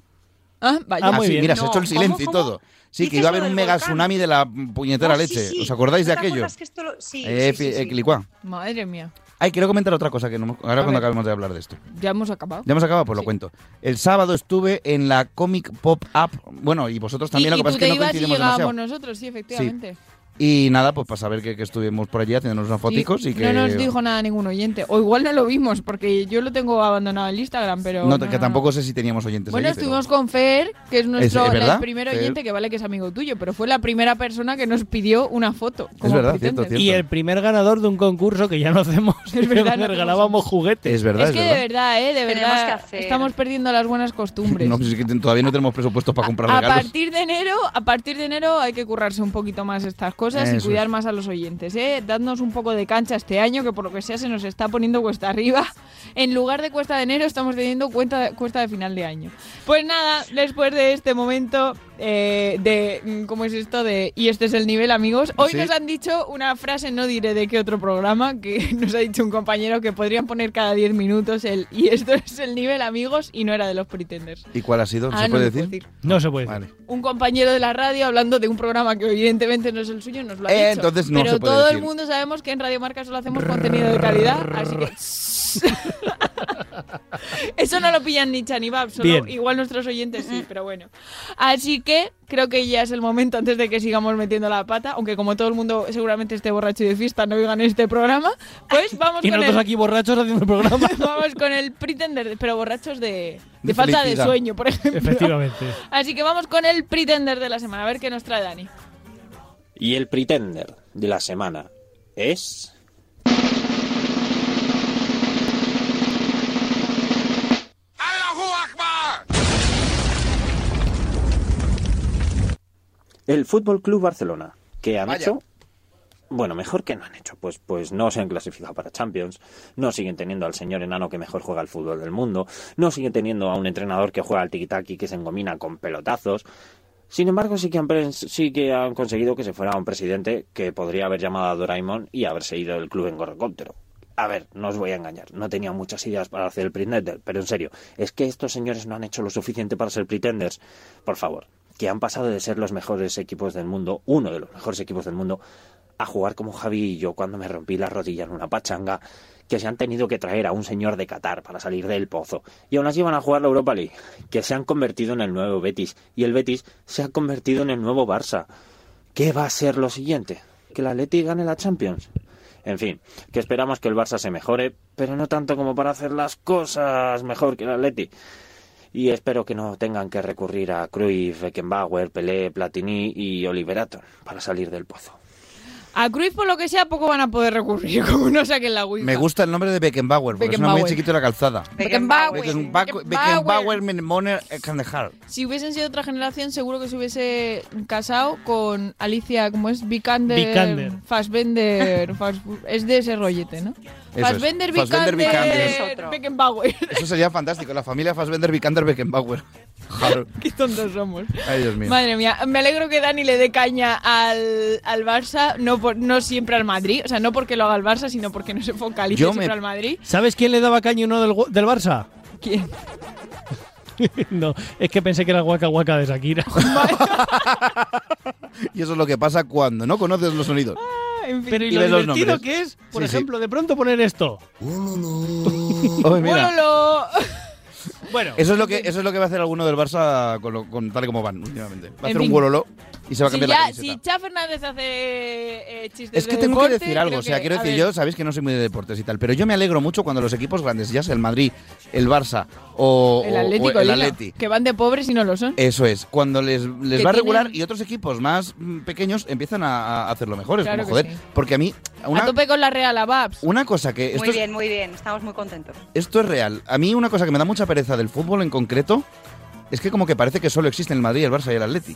S11: Ah, vaya.
S2: Ah, muy
S12: Así,
S2: bien.
S12: mira, se ha
S13: No,
S12: hecho el silencio
S13: ¿cómo,
S12: y
S13: cómo?
S12: todo. Sí, que
S13: Dices
S12: iba a
S13: lo
S12: haber un
S13: del
S12: mega
S13: volcán.
S12: tsunami de la puñetera
S13: No, sí,
S12: leche.
S13: sí.
S12: ¿Os acordáis
S13: ¿No
S12: de
S13: te
S12: aquello?
S13: acuerdas que esto lo- Sí,
S12: Eh,
S13: sí, sí,
S12: fi- eh,
S13: sí.
S12: clicuá.
S11: Madre mía.
S12: Ay, quiero comentar otra cosa que no hemos- ahora
S11: A
S12: cuando
S11: ver.
S12: acabemos de hablar de esto.
S11: Ya hemos acabado.
S12: Ya hemos acabado, pues
S11: Sí.
S12: lo cuento. El sábado estuve en la Comic Pop Up. Bueno, y vosotros también, lo
S11: y,
S12: que
S11: y
S12: pasa
S11: tú
S12: es que
S11: te
S12: no
S11: ibas y
S12: coincidimos
S11: llegábamos
S12: demasiado.
S11: nosotros, sí, efectivamente.
S12: Y nada, pues para saber que, que estuvimos por allí haciéndonos unos foticos y, que...
S11: No nos dijo nada ningún oyente. O igual no lo vimos, porque yo lo tengo abandonado el Instagram, pero.
S12: No,
S11: no,
S12: que
S11: no, no.
S12: tampoco sé si teníamos oyentes
S11: Bueno,
S12: allí, pero-
S11: estuvimos con Fer, que es nuestro
S12: Es- es
S11: la-
S12: verdad,
S11: el primer
S12: Fer.
S11: oyente que vale que es amigo tuyo, pero fue la primera persona que nos pidió una foto. como Pretenders.
S2: Y el primer ganador de un concurso que ya no hacemos, es
S11: verdad, no
S2: regalábamos juguetes.
S12: Es verdad,
S11: Es que de verdad, ¿eh? De
S13: Tenemos que
S11: verdad.
S13: hacer.
S11: Estamos perdiendo las buenas costumbres.
S12: No, pues es que ten- todavía no tenemos presupuesto para comprar
S11: A
S12: regalos.
S11: partir de enero, a partir de enero hay que currarse un poquito más estas cosas y
S12: Eso
S11: cuidar
S12: es.
S11: más a los oyentes, ¿eh? Dadnos un poco de cancha este año, que por lo que sea se nos está poniendo cuesta arriba. En lugar de cuesta de enero estamos teniendo cuenta de- cuesta de final de año. Pues nada, después de este momento eh, de mm, cómo es esto de y este es el nivel, amigos. Hoy
S16: Sí.
S11: nos han dicho una frase, no diré de qué otro programa, que nos ha dicho un compañero que podrían poner cada 10 minutos el y esto es el nivel, amigos, y no era de los pretenders.
S12: ¿Y cuál ha sido? ¿Se
S11: Ah, no
S12: puede
S11: lo
S12: decir?
S11: puedo
S2: No se puede
S12: Vale.
S11: un compañero de la radio hablando de un programa que evidentemente no es el suyo, nos lo ha
S12: Eh,
S11: dicho.
S12: entonces no
S11: Pero
S12: se puede
S11: todo el
S12: decir.
S11: mundo sabemos que en Radio Marca solo hacemos contenido de calidad, así que... Eso no lo pillan ni Chan ni Bab, solo
S2: Bien.
S11: igual nuestros oyentes sí, pero bueno. Así que creo que ya es el momento antes de que sigamos metiendo la pata, aunque como todo el mundo seguramente esté borracho y de fiesta no oigan este programa, pues vamos
S2: Y
S11: con
S2: nosotros
S11: el...
S2: aquí borrachos haciendo el programa.
S11: Vamos con el pretender, pero borrachos de, de
S2: De
S11: falta de
S2: felicidad.
S11: sueño, por ejemplo.
S2: Efectivamente.
S11: Así que vamos con el pretender de la semana, a ver qué nos trae Dani.
S14: Y el pretender de la semana es... El Fútbol Club Barcelona, que han
S4: Vaya.
S14: hecho bueno, mejor que no han hecho, pues, pues no se han clasificado para Champions, no siguen teniendo al señor enano que mejor juega al fútbol del mundo, no siguen teniendo a un entrenador que juega al tiki-taki que se engomina con pelotazos. Sin embargo, sí que, han, pres- sí que han conseguido que se fuera un presidente que podría haber llamado a Doraemon y haberse ido del club en gorrocóptero. A ver, no os voy a engañar, no tenía muchas ideas para hacer el Pretender, pero en serio, es que estos señores no han hecho lo suficiente para ser Pretenders. Por favor, que han pasado de ser los mejores equipos del mundo, uno de los mejores equipos del mundo, a jugar como Javi y yo cuando me rompí la rodilla en una pachanga, que se han tenido que traer a un señor de Qatar para salir del pozo, y aún así van a jugar la Europa League, que se han convertido en el nuevo Betis, y el Betis se ha convertido en el nuevo Barça. ¿Qué va a ser lo siguiente? ¿Que el Atleti gane la Champions? En fin, que esperamos que el Barça se mejore, pero no tanto como para hacer las cosas mejor que el Atleti. Y espero que no tengan que recurrir a Cruyff, Beckenbauer, Pelé, Platini y Oliverato para salir del pozo.
S11: A Cruz, por lo que sea, poco van a poder recurrir, como no saquen la Ouija.
S12: Me gusta el nombre de Beckenbauer, porque es una muy
S11: Beckenbauer.
S12: chiquito de la calzada.
S11: Beckenbauer.
S12: Beckenbauer. Beckenbauer, Menemoner, Kandahar.
S11: Si hubiesen sido otra generación, seguro que se hubiese casado con Alicia, como es Vikander.
S12: Vikander.
S11: Fassbender. Fass- es de ese rollete, ¿no?
S12: es.
S11: Fassbender,
S12: Fassbender,
S11: Vikander,
S12: Vikander. Ese es
S11: Beckenbauer.
S12: Eso sería fantástico, la familia Fassbender, Vikander, Beckenbauer. Claro.
S11: Qué tontos somos.
S12: Ay, Dios mío.
S11: Madre mía, me alegro que Dani le dé caña al, al Barça, no, por- no siempre al Madrid, o sea, no porque lo haga el Barça, sino porque no se focalice
S2: Yo
S11: siempre
S2: me-
S11: al Madrid.
S2: ¿Sabes quién le daba caña y uno del, gu- del Barça?
S11: ¿Quién?
S2: no, es que pensé que era el Waka Waka de Shakira.
S12: Y eso es lo que pasa cuando no conoces los sonidos.
S11: Ah.
S2: Pero y
S12: Y
S2: lo
S12: ves los
S2: divertido
S12: nombres.
S2: que es, por
S12: Sí, sí.
S2: ejemplo, de pronto poner esto.
S12: Ay, mira.
S2: Bueno,
S12: Eso es, lo que, eso es lo que va a hacer alguno del Barça con, lo- con tal y como van últimamente. Va a
S11: En
S12: hacer
S11: fin.
S12: un gololó y se va a
S11: Si,
S12: cambiar la
S11: ya,
S12: camiseta.
S11: si Cha Fernández hace eh, chistes
S12: Es que
S11: de
S12: tengo que
S11: deporte,
S12: decir algo,
S11: creo
S12: o sea,
S11: que-
S12: quiero
S11: a
S12: decir,
S11: ver,
S12: yo sabéis que no soy muy de deportes y tal, pero yo me alegro mucho cuando los equipos grandes, ya sea el Madrid, el Barça o
S11: El
S12: o- o
S11: Atlético,
S12: el
S11: Lila,
S12: Atleti, Eh,
S11: que van de pobres y no lo son.
S12: Eso es, cuando les, les
S11: Que
S12: va a regular
S11: tienen-
S12: y otros equipos más mm, pequeños empiezan a, a hacerlo mejores.
S11: Claro
S12: como,
S11: que
S12: joder,
S11: sí.
S12: porque a mí,
S11: A
S12: una,
S11: tope con la Real Ababs.
S12: una cosa que. Esto
S13: Muy
S12: es,
S13: bien, muy bien. Estamos muy contentos.
S12: esto es real. A mí, una cosa que me da mucha pereza del fútbol en concreto es que, como que parece que solo existen el Madrid, el Barça y el Atleti.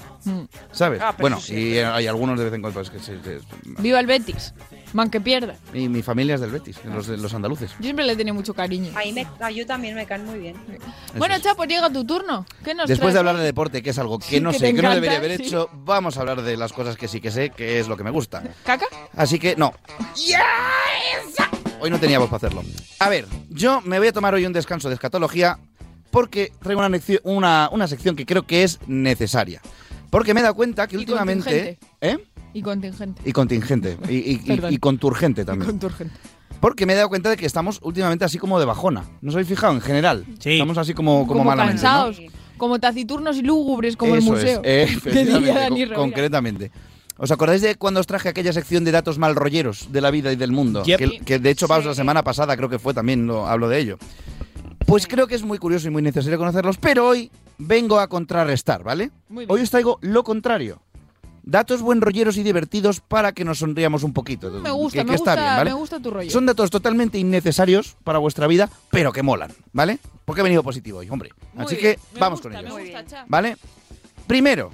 S12: ¿Sabes?
S11: Ah, pero
S12: bueno,
S11: eso sí,
S12: y hay algunos de vez en cuando. es que se- se-
S11: Viva el Betis. Man que pierda.
S12: mi, mi familia es del Betis, los, de- los andaluces.
S11: Yo siempre le he tenido mucho cariño.
S13: Ahí me, a yo también me caen muy bien.
S11: Bueno, Cha, pues llega tu turno. ¿Qué nos
S12: Después de
S11: traes?
S12: hablar de deporte, que es algo que
S11: Sí,
S12: no
S11: que
S12: sé,
S11: te
S12: que no
S11: encanta,
S12: debería haber
S11: sí.
S12: hecho, vamos a hablar de las cosas que sí que sé, que es lo que me gusta.
S11: ¿Caca?
S12: Así que no, hoy no teníamos para hacerlo. A ver, yo me voy a tomar hoy un descanso de escatología porque traigo una, necci- una, una sección que creo que es necesaria. Porque me he dado cuenta que
S11: Y
S12: últimamente...
S11: contingente.
S12: ¿Eh?
S11: Y contingente.
S12: Y contingente. Y, y- y-
S11: Perdón.
S12: y conturgente también.
S11: Conturgente.
S12: Porque me he dado cuenta de que estamos últimamente así como de bajona. ¿No os habéis fijado? En general. Estamos así como, como,
S11: Como,
S12: malamente. ¿no?
S11: cansados. Como taciturnos y lúgubres, como el
S12: Eso
S11: museo.
S12: es, eh,
S11: Que diría
S12: efectivamente,
S11: Dani
S12: con-
S11: Rovira.
S12: concretamente. ¿Os acordáis de cuando os traje aquella sección de datos mal rolleros de la vida y del mundo?
S2: Yep.
S12: Que, que de hecho Pablo la semana pasada creo que fue también, lo, hablo de ello. Pues creo que es muy curioso y muy necesario conocerlos, pero hoy vengo a contrarrestar, ¿vale? Hoy os traigo lo contrario. Datos buen rolleros y divertidos para que nos sonriamos un poquito.
S11: Me gusta,
S12: Que- que
S11: me, gusta
S12: está bien, ¿vale?
S11: me gusta tu rollo.
S12: Son datos totalmente innecesarios para vuestra vida, pero que molan, ¿vale? Porque he venido positivo hoy, hombre.
S11: Muy
S12: Así
S11: bien,
S12: que
S11: me
S12: vamos
S11: gusta,
S12: con
S11: me
S12: ellos.
S11: gusta, cha.
S12: ¿Vale? Primero,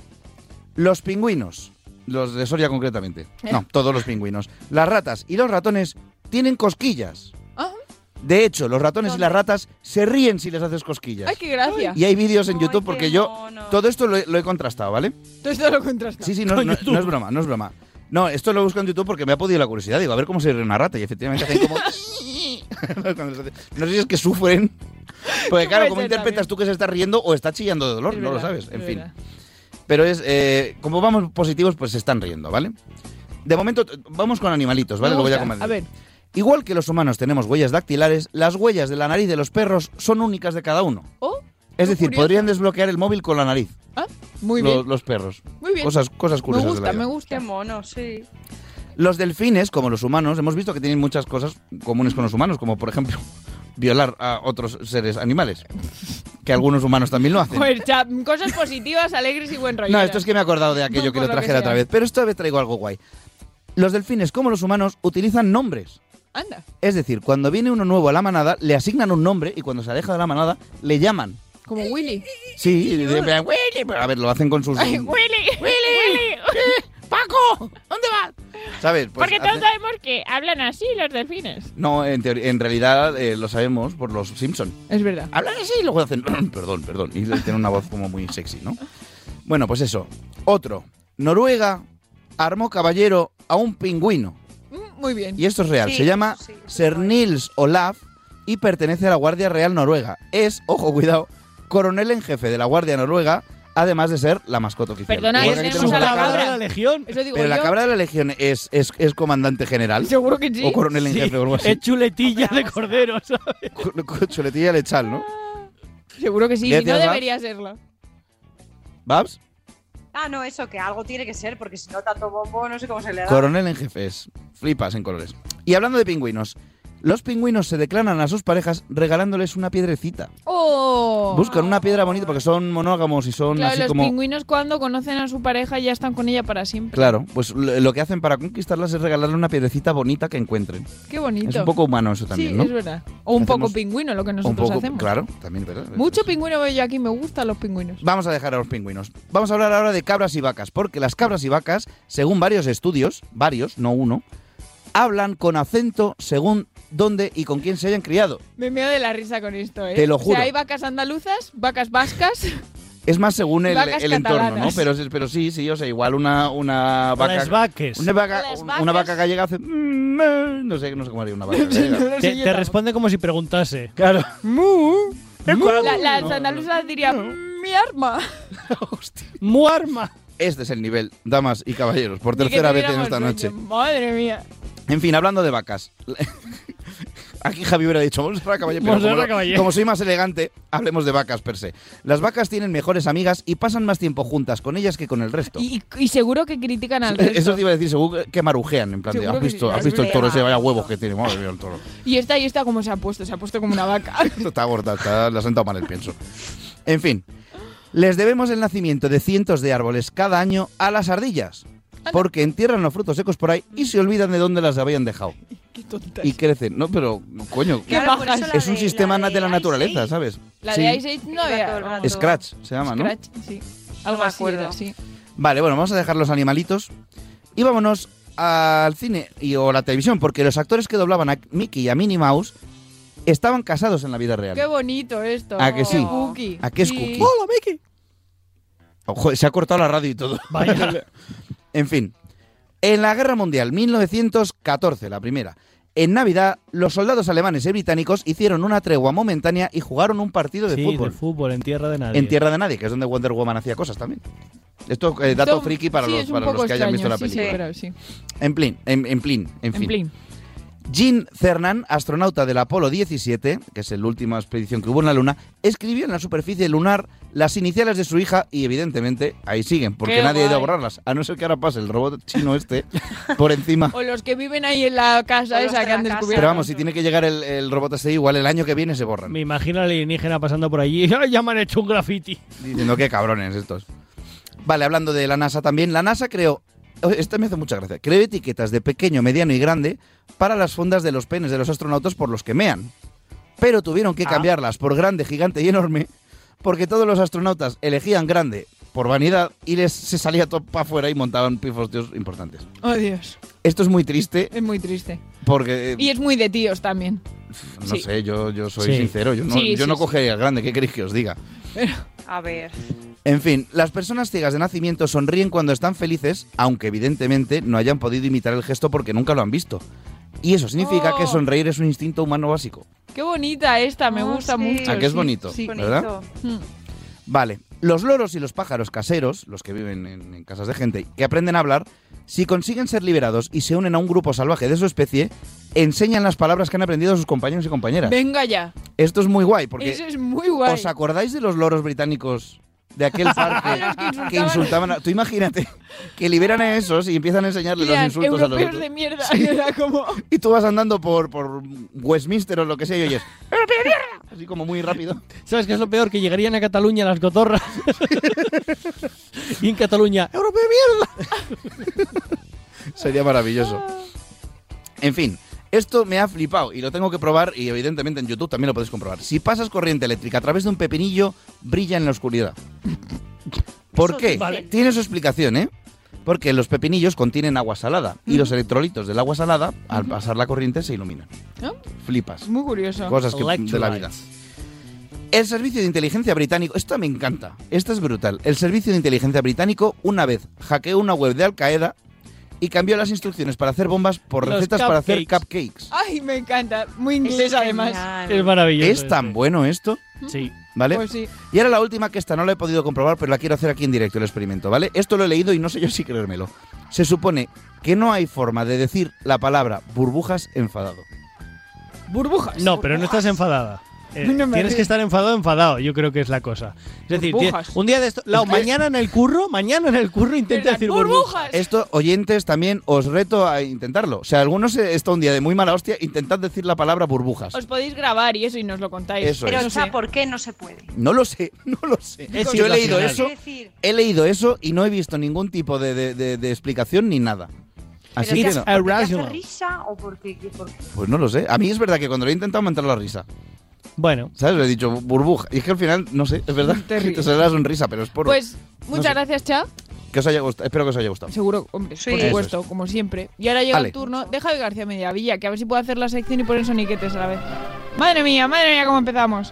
S12: los pingüinos. Los de Soria concretamente.
S11: Eh.
S12: No, todos los pingüinos. Las ratas y los ratones tienen cosquillas.
S11: Ah.
S12: De hecho, los ratones y las ratas se ríen si les haces cosquillas.
S11: Ay, qué gracia.
S12: Y hay vídeos en YouTube porque yo todo esto lo he, lo he contrastado, ¿vale?
S11: Todo esto lo contrasta.
S12: Sí, sí, no, no- no es broma, no es broma. No, esto lo busco en YouTube porque me ha podido la curiosidad. Digo, a ver cómo se ríe una rata. Y efectivamente hacen como... Cuando se hace- no sé si es que sufren. Porque claro,
S11: puede
S12: ¿cómo
S11: ser
S12: interpretas tú que se está riendo o está chillando de dolor?
S11: Es
S12: no
S11: verdad,
S12: lo sabes, en
S11: es
S12: fin. pues
S11: verdad.
S12: Pero es, eh, como vamos positivos, pues se están riendo, ¿vale? De momento, t- vamos con animalitos, ¿vale?
S11: Me
S12: Lo voy a
S11: gusta.
S12: comentar.
S11: A ver.
S12: Igual que los humanos tenemos huellas dactilares, las huellas de la nariz de los perros son únicas de cada uno.
S11: Oh, ah,
S12: es decir, podrían desbloquear el móvil con la nariz.
S11: muy
S12: lo-
S11: bien.
S12: Los perros.
S11: Muy bien.
S12: Cosas, cosas curiosas.
S11: me
S12: de la
S11: gusta,
S12: vida.
S11: me gusta.
S13: Qué mono, sí.
S12: Los delfines, como los humanos, hemos visto que tienen muchas cosas comunes con los humanos, como por ejemplo violar a otros seres animales, que algunos humanos también lo hacen.
S11: Joder, cha, cosas positivas, alegres y buen rollo.
S12: No, esto es que me he acordado de aquello que lo
S11: por lo que
S12: traje la otra
S11: sea.
S12: vez, pero esta vez traigo algo guay. Los delfines, como los humanos, utilizan nombres.
S11: Anda.
S12: Es decir, cuando viene uno nuevo a la manada, le asignan un nombre y cuando se aleja de la manada, le llaman.
S11: Como Willy.
S12: Sí, y dicen, "Willy", a ver, lo hacen con sus...
S11: Ay, Willy. Willy.
S1: ¡Paco! ¿Dónde vas?
S12: ¿Sabes? Pues
S11: Porque
S12: hacen-
S11: todos sabemos que hablan así los delfines.
S12: No, en, teoría- en realidad eh, lo sabemos por los Simpson.
S11: Es verdad.
S12: Hablan así y luego hacen, perdón, perdón, y tienen una voz como muy sexy, ¿no? Bueno, pues eso. Otro. Noruega armó caballero a un pingüino.
S11: Muy bien.
S12: Y esto es real. Se llama Sir Nils Olaf y pertenece a la Guardia Real Noruega. Es, ojo, cuidado, coronel en jefe de la Guardia Noruega, además de ser la mascota oficial.
S11: Perdona,
S12: Igual
S11: que
S12: aquí
S11: tenemos
S12: tenemos
S11: a la
S12: una cabra,
S11: cabra.
S2: legión.
S11: Eso digo
S12: Pero
S11: yo.
S12: la cabra de la legión es, es, es comandante general.
S11: Seguro que sí. Eh,
S12: O coronel en jefe o algo así.
S2: Es chuletilla de cordero, ¿sabes?
S12: Con- con Chuletilla lechal, ¿no?
S11: Seguro que sí.
S12: Ya
S11: y No
S12: tienes la-
S11: debería serlo.
S12: ¿Babs?
S13: Ah, no, eso, que algo tiene que ser, porque si no, tanto bombo, no sé cómo se le da.
S12: Coronel en jefes. Flipas en colores. Y hablando de pingüinos, los pingüinos se declaran a sus parejas regalándoles una piedrecita.
S11: Oh.
S12: Buscan una piedra bonita porque son monógamos y son
S11: Claro,
S12: así
S11: los
S12: como.
S11: pingüinos cuando conocen a su pareja ya están con ella para siempre.
S12: Claro, pues lo lo que hacen para conquistarlas es regalarle una piedrecita bonita que encuentren.
S11: Qué bonito.
S12: Es un poco humano eso también,
S11: sí,
S12: ¿no?
S11: es verdad. O un
S12: Hacemos-
S11: poco pingüino lo que
S12: Un
S11: nosotros
S12: poco,
S11: hacemos.
S12: claro, también, ¿verdad?
S11: Mucho pingüino veo yo aquí, me gustan los pingüinos.
S12: Vamos a dejar a los pingüinos. Vamos a hablar ahora de cabras y vacas, porque las cabras y vacas, según varios estudios, varios, no uno, hablan con acento según dónde y con quién se hayan criado.
S11: Me meo de la risa con esto, ¿eh?
S12: Te lo
S11: O
S12: juro.
S11: sea, hay vacas andaluzas, vacas vascas.
S12: Es más según el,
S11: Vacas
S12: el entorno, ¿no?
S11: catalanas.
S12: Pero, sí- pero sí, sí, o sea, igual una, una vaca.
S2: Las vaques.
S12: Una vaca,
S11: Las
S12: un- una vaca gallega hace. mm, eh, No sé, no sé cómo haría una vaca gallega.
S2: Te, te responde como si preguntase.
S12: Claro.
S2: Mu.
S11: La- las andaluzas dirían, mi arma.
S2: Mu arma.
S12: Este es el nivel, damas y caballeros, por tercera vez en esta noche.
S11: Madre mía.
S12: En fin, hablando de vacas. Aquí Javi hubiera dicho, Monserrat Caballé, pero
S2: Montserrat
S12: como, no-
S2: Caballé.
S12: como soy más elegante, hablemos de vacas per se. Las vacas tienen mejores amigas y pasan más tiempo juntas con ellas que con el resto.
S11: Y, y seguro que critican al resto.
S12: Eso te iba a decir, seguro que marujean, en plan, de,
S11: Seguro
S12: has
S11: que
S12: visto,
S11: sí,
S12: has visto el toro ese,
S11: marujean.
S12: vaya huevos que tiene, madre mía, el toro.
S11: Y esta, y esta, ¿cómo se ha puesto? Se ha puesto como una vaca.
S12: Esto está gorda, está, le ha sentado mal el pienso. En fin, les debemos el nacimiento de cientos de árboles cada año a las ardillas, porque entierran los frutos secos por ahí y se olvidan de dónde las habían dejado.
S11: Qué tonta.
S12: Y crecen, no, pero coño,
S11: Qué bajas.
S12: es un sistema de, la naturaleza, ¿sabes?
S11: La
S12: Sí.
S11: de Ice Age no había.
S12: Scratch se llama, ¿no?
S11: Scratch, sí. Algo así era, sí.
S12: Vale, bueno, vamos a dejar los animalitos y vámonos al cine y o la televisión, porque los actores que doblaban a Mickey y a Minnie Mouse estaban casados en la vida real.
S11: Qué bonito esto.
S12: ¿A que sí?
S11: Qué cookie.
S12: ¿A qué es
S11: Sí.
S12: cookie? Hola,
S2: Mickey.
S12: Ojo, se ha cortado la radio y todo. Vaya. en fin. En la Guerra Mundial 1914, la primera, en Navidad, los soldados alemanes y británicos hicieron una tregua momentánea y jugaron un partido de
S2: sí,
S12: fútbol.
S2: de fútbol en tierra de nadie.
S12: En Tierra de Nadie, que es donde Wonder Woman hacía cosas también. Esto es dato
S11: Esto-
S12: friki para
S11: sí,
S12: los,
S11: es un
S12: para los
S11: poco
S12: que hayan visto
S11: extraño,
S12: la
S11: sí,
S12: película.
S11: Sí, pero sí.
S12: En plin, en, en plin, en,
S11: En
S12: fin.
S11: plin.
S12: Gene Cernan, astronauta del Apolo 17, que es la última expedición que hubo en la Luna, escribió en la superficie lunar las iniciales de su hija y evidentemente ahí siguen, porque
S11: Qué
S12: nadie ha ido a
S11: guay.
S12: borrarlas, a no ser que ahora pase el robot chino este por encima.
S11: O los que viven ahí en la casa
S13: O los
S11: esa
S13: de
S11: que han
S13: la casa.
S11: descubierto.
S12: Pero vamos, si tiene que llegar el, el robot este, igual el año que viene se borran.
S2: Me imagino al alienígena pasando por allí. ¡Ay, ya me han hecho un graffiti!
S12: Diciendo qué cabrones estos. Vale, hablando de la NASA también, la NASA creó, esta me hace mucha gracia, creó etiquetas de pequeño, mediano y grande para las fundas de los penes de los astronautas por los que mean. Pero tuvieron
S11: Ah.
S12: que cambiarlas por grande, gigante y enorme, porque todos los astronautas elegían grande por vanidad y les se salía todo para afuera y montaban pifostios importantes.
S11: Oh, Dios.
S12: Esto es muy triste
S11: Es muy triste.
S12: porque, eh,
S11: Y es muy de tíos también.
S12: no
S11: sí.
S12: sé, yo, yo soy
S2: Sí.
S12: sincero, yo no,
S11: Sí,
S12: yo
S11: sí,
S12: no
S11: sí.
S12: cogería el grande, ¿qué queréis que os diga?
S13: A ver.
S12: En fin, las personas ciegas de nacimiento sonríen cuando están felices, aunque evidentemente no hayan podido imitar el gesto porque nunca lo han visto. Y eso significa
S11: Oh.
S12: que sonreír es un instinto humano básico.
S11: Qué bonita esta, me
S13: Oh,
S11: gusta
S13: sí.
S11: mucho.
S12: Ah, que es
S11: sí,
S12: bonito,
S11: sí.
S12: ¿verdad?
S11: Mm.
S12: Vale, los loros y los pájaros caseros, los que viven en, en casas de gente, que aprenden a hablar, si consiguen ser liberados y se unen a un grupo salvaje de su especie, enseñan las palabras que han aprendido sus compañeros y compañeras.
S11: Venga ya.
S12: Esto es muy guay porque...
S11: Eso es muy guay.
S12: ¿Os acordáis de los loros británicos de aquel parque
S11: los que insultaban.
S12: que insultaban a... Tú imagínate que liberan a esos y empiezan a enseñarle los
S11: Tía,
S12: insultos a los
S11: europeos
S12: otros.
S11: de mierda.
S12: Sí.
S11: Era como...
S12: Y tú vas andando por, por Westminster o lo que sea y oyes "Europeo de mierda", así como muy rápido.
S2: ¿Sabes qué es lo peor? Que llegarían a Cataluña las cotorras. y en Cataluña, ¡Europeo de mierda!
S12: Sería maravilloso. En fin, esto me ha flipado y lo tengo que probar y evidentemente en YouTube también lo podéis comprobar. Si pasas corriente eléctrica a través de un pepinillo, brilla en la oscuridad. ¿Por
S2: Eso
S12: qué?
S2: dicen. Vale.
S12: Tiene su explicación, ¿eh? Porque los pepinillos contienen agua salada y los electrolitos del agua salada, al pasar la corriente, se iluminan.
S11: ¿No?
S12: Flipas.
S11: Muy curioso.
S12: Cosas que, de la vida. El servicio de inteligencia británico, esta me encanta, esta es brutal. El servicio de inteligencia británico una vez hackeó una web de Al Qaeda y cambió las instrucciones para hacer bombas por
S2: Los
S12: recetas para hacer cupcakes.
S11: Ay, me encanta. Muy inglés, además.
S2: Es maravilloso.
S12: ¿Es tan bueno esto?
S2: Sí.
S12: ¿Vale?
S11: Pues sí.
S12: Y ahora la última, que esta no la he podido comprobar, pero la quiero hacer aquí en directo el experimento, ¿vale? Esto lo he leído y no sé yo si creérmelo. Se supone que no hay forma de decir la palabra burbujas enfadado.
S11: Burbujas.
S2: No, pero no estás enfadada. Eh,
S11: No me
S2: tienes
S11: río.
S2: que estar enfadado, enfadado. Yo creo que es la cosa. Es decir,
S11: Burbujas.
S2: tie- un día de esto. Lau, mañana en el curro, mañana en el curro intenta
S11: Las
S2: decir
S11: burbujas.
S12: Esto, oyentes, también os reto a intentarlo. O sea, algunos eh, está un día de muy mala hostia, intentad decir la palabra burbujas.
S11: Os podéis grabar y eso y nos lo contáis.
S12: Eso
S13: Pero,
S12: es.
S13: o sea, ¿por qué no se puede?
S12: No lo sé, no lo sé.
S2: Es
S12: Yo he leído
S2: irracional.
S12: eso,
S13: Quiero decir,
S12: he leído eso y no he visto ningún tipo de, de- de- de explicación ni nada. Así
S2: Pero
S12: que
S2: es
S12: no.
S2: que-
S13: ¿porque te hace
S2: Irrational.
S13: risa o porque, que- porque-
S12: Pues no lo sé. A mí es verdad que cuando lo he intentado me ha entrado la risa.
S2: Bueno,
S12: ¿Sabes? Le he dicho burbuja. Y es que al final, no sé, es verdad.
S11: Te
S12: que
S11: ríes.
S12: te sale la sonrisa, pero es por.
S11: Pues muchas
S12: sé.
S11: gracias, Chav.
S12: Que os haya gustado. Espero que os haya gustado.
S11: Seguro, hombre,
S13: Sí.
S11: por
S12: Eso
S11: supuesto, como siempre. Y ahora llega
S12: Ale.
S11: el turno de Javi García Mediavilla, que a ver si puedo hacer la sección y poner soniquetes a la vez. Madre mía, madre mía, cómo empezamos.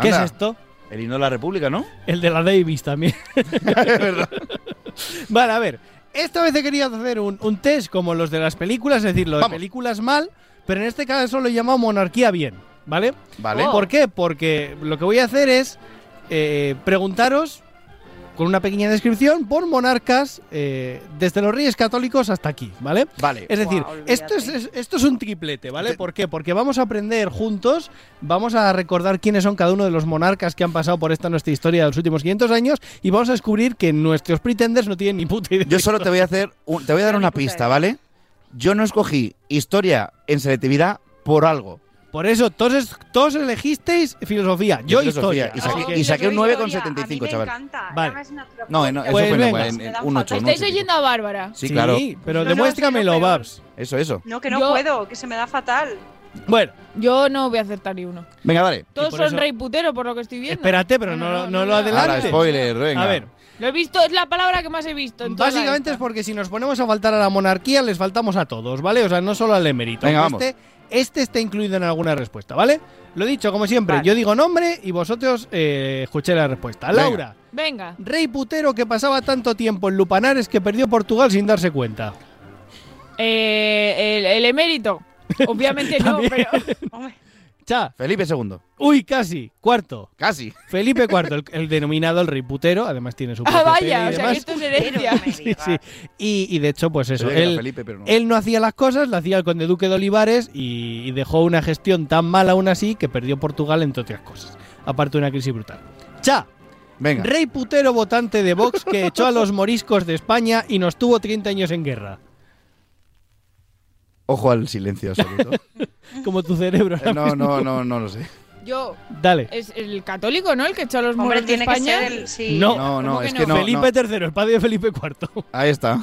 S2: ¿qué
S12: Anda,
S2: es esto?
S12: El himno de la República, ¿no?
S2: El de la Davis también.
S12: es verdad.
S2: Vale, a ver. Esta vez he querido hacer un, un test como los de las películas, es decir, lo de
S12: Vamos.
S2: películas mal, pero en este caso lo he llamado monarquía bien, ¿vale?
S12: Vale.
S2: ¿Por qué? Porque lo que voy a hacer es eh, preguntaros, con una pequeña descripción, por monarcas eh, desde los reyes católicos hasta aquí, ¿vale?
S12: Vale.
S2: Es decir,
S13: Guau,
S2: esto, es, es- esto es un triplete, ¿vale? ¿Por qué? Porque vamos a aprender juntos, vamos a recordar quiénes son cada uno de los monarcas que han pasado por esta nuestra historia de los últimos 500 años y vamos a descubrir que nuestros pretenders no tienen ni puta idea.
S12: Yo solo te voy a hacer. un- te voy a dar una pista, ¿vale? Yo no escogí historia en selectividad por algo.
S2: Por eso, todos, todos elegisteis filosofía, yo,
S12: filosofía,
S2: historia.
S12: y
S2: Así
S12: saqué-
S2: que-
S12: y saqué un
S13: Yo historia,
S12: 9,75,
S13: a mí
S12: chaval.
S13: Me encanta.
S2: Vale.
S13: además es natural.
S12: No, eh, no, eso
S2: Pues
S12: fue en-
S2: venga.
S12: en, en
S13: Me dan
S12: un 8.
S13: fatal.
S12: un
S11: Estáis
S12: 8,
S11: oyendo a Bárbara.
S12: Sí,
S2: Sí,
S12: claro.
S2: pero
S13: No, no,
S2: demuéstramelo,
S13: es lo peor.
S2: Babs.
S12: Eso, eso.
S13: No, que no
S11: Yo-
S13: puedo, que se me da fatal.
S2: Bueno,
S11: Yo no voy a acertar ni uno.
S12: Venga, dale.
S11: Todos
S2: por
S11: son
S2: eso-
S11: rey putero, por lo que estoy viendo.
S2: espérate, pero no, no lo
S12: Ahora,
S2: adelantes.
S12: spoiler, venga.
S2: A ver,
S11: Lo he visto, es la palabra que más he visto. en toda la
S2: Básicamente es
S11: esta.
S2: porque si nos ponemos a faltar a la monarquía, les faltamos a todos, ¿vale? O sea, no solo al emérito.
S12: Venga,
S2: Aunque Este, este está incluido en alguna respuesta, ¿vale? Lo dicho, como siempre,
S13: Vale.
S2: yo digo nombre y vosotros eh, escucháis la respuesta.
S12: Venga.
S2: Laura,
S11: Venga.
S2: rey putero que pasaba tanto tiempo en Lupanares que perdió Portugal sin darse cuenta.
S11: Eh, el, el emérito. Obviamente no,
S2: También.
S11: pero.
S13: Hombre,
S2: Cha.
S12: Felipe II.
S2: Uy, casi. Cuarto.
S12: Casi.
S2: Felipe IV, el, el denominado el riputero, además tiene su
S11: Ah,
S2: propia
S11: vaya,
S2: tele
S11: o
S2: y
S11: sea que
S2: demás.
S11: esto es herencia.
S2: Sí, sí. Y, y de hecho, pues eso.
S12: Creía que era
S2: Él,
S12: Felipe, pero no.
S2: él no hacía las cosas, la hacía el conde duque de Olivares y, y dejó una gestión tan mala aún así que perdió Portugal, entre otras cosas. Aparte de una crisis brutal. ¡Cha!
S12: Venga.
S2: Rey putero votante de Vox que echó a los moriscos de España y nos tuvo 30 años en guerra.
S12: Ojo al silencio absoluto.
S2: Como tu cerebro. ahora
S12: Eh, no,
S2: mismo.
S12: no, no, no lo sé.
S11: Yo.
S2: Dale.
S11: Es el católico, ¿no? El que echó a los
S13: Hombre,
S11: moros de
S13: tiene que
S11: España.
S13: ser el. Sí.
S2: No,
S12: No, no,
S11: ¿Cómo que
S12: es que no.
S11: no?
S2: Felipe
S12: no.
S2: III, el padre de Felipe IV.
S12: Ahí está.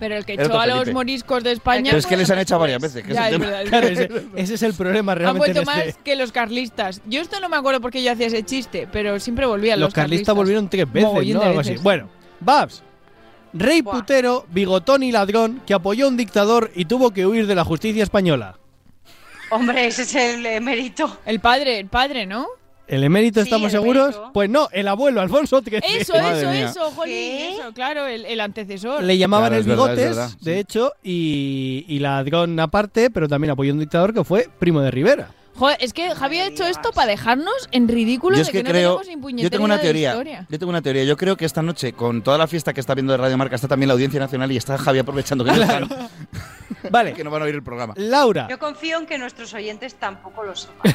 S11: Pero el que
S12: Era
S11: echó
S12: otro
S11: a los
S12: Felipe.
S11: moriscos de España. pues,
S12: Pero es que les han echado varias veces. que
S11: Ya,
S12: es el
S11: es
S12: tema.
S11: verdad, es
S2: Claro,
S11: verdad.
S2: ese, ese es el problema
S11: Han
S2: realmente.
S11: vuelto
S2: en
S11: más
S2: este-
S11: que los carlistas. Yo esto no me acuerdo por qué yo hacía ese chiste, pero siempre volvía a los,
S2: Los carlistas volvieron tres veces,
S11: Mogollón
S2: ¿no?
S11: de
S2: Algo así.
S11: veces.
S2: Bueno, Babs. Rey putero, bigotón y ladrón que apoyó a un dictador y tuvo que huir de la justicia española.
S13: Hombre, ese es el emérito.
S11: El padre, el padre, ¿no?
S2: ¿El emérito
S13: Sí,
S2: estamos
S13: el
S2: seguros?
S13: emérito.
S2: Pues no, el abuelo, Alfonso XIII.
S11: Eso, eso, eso, jolín, eso, claro, el, el antecesor.
S2: Le llamaban
S12: Claro,
S2: el
S12: es verdad,
S2: bigotes,
S12: es verdad, sí.
S2: de hecho, y, y ladrón aparte, pero también apoyó a un dictador que fue primo de Rivera.
S11: Joder, es que Javi ha hecho esto para dejarnos en ridículo
S12: Yo
S11: de
S12: es que
S11: no
S12: creo.
S11: tenemos ni
S12: Yo
S11: puñetera
S12: tengo una
S11: idea de
S12: teoría.
S11: historia.
S12: Yo tengo una teoría. Yo creo que esta noche, con toda la fiesta que está viendo de Radio Marca, está también la Audiencia Nacional y está Javi aprovechando que no, están,
S2: Vale,
S12: que no van a oír el programa.
S2: Laura.
S13: Yo confío en que nuestros oyentes tampoco lo sepan.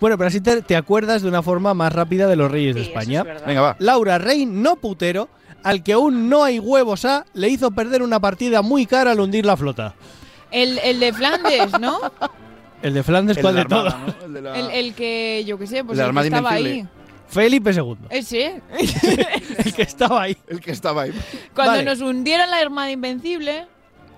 S2: Bueno, pero así te, te acuerdas de una forma más rápida de los reyes
S13: Sí,
S2: de
S13: eso
S2: España.
S13: es verdad.
S12: Venga, va.
S2: Laura Rey, no putero, al que aún no hay huevos a, le hizo perder una partida muy cara al hundir la flota.
S11: El, el de Flandes, ¿no?
S2: El de Flandes,
S12: El
S2: ¿cuál
S12: de
S2: de
S12: la Armada,
S2: todos?
S12: ¿no? El de la-
S11: El, el que, yo qué sé, pues
S12: La
S11: el, que
S12: Armada
S11: estaba ahí. Eh,
S12: Invencible.
S2: Felipe II,
S11: Ese.
S2: el que estaba ahí.
S12: el que estaba ahí.
S11: Cuando
S2: Vale.
S11: nos hundieron la Armada Invencible.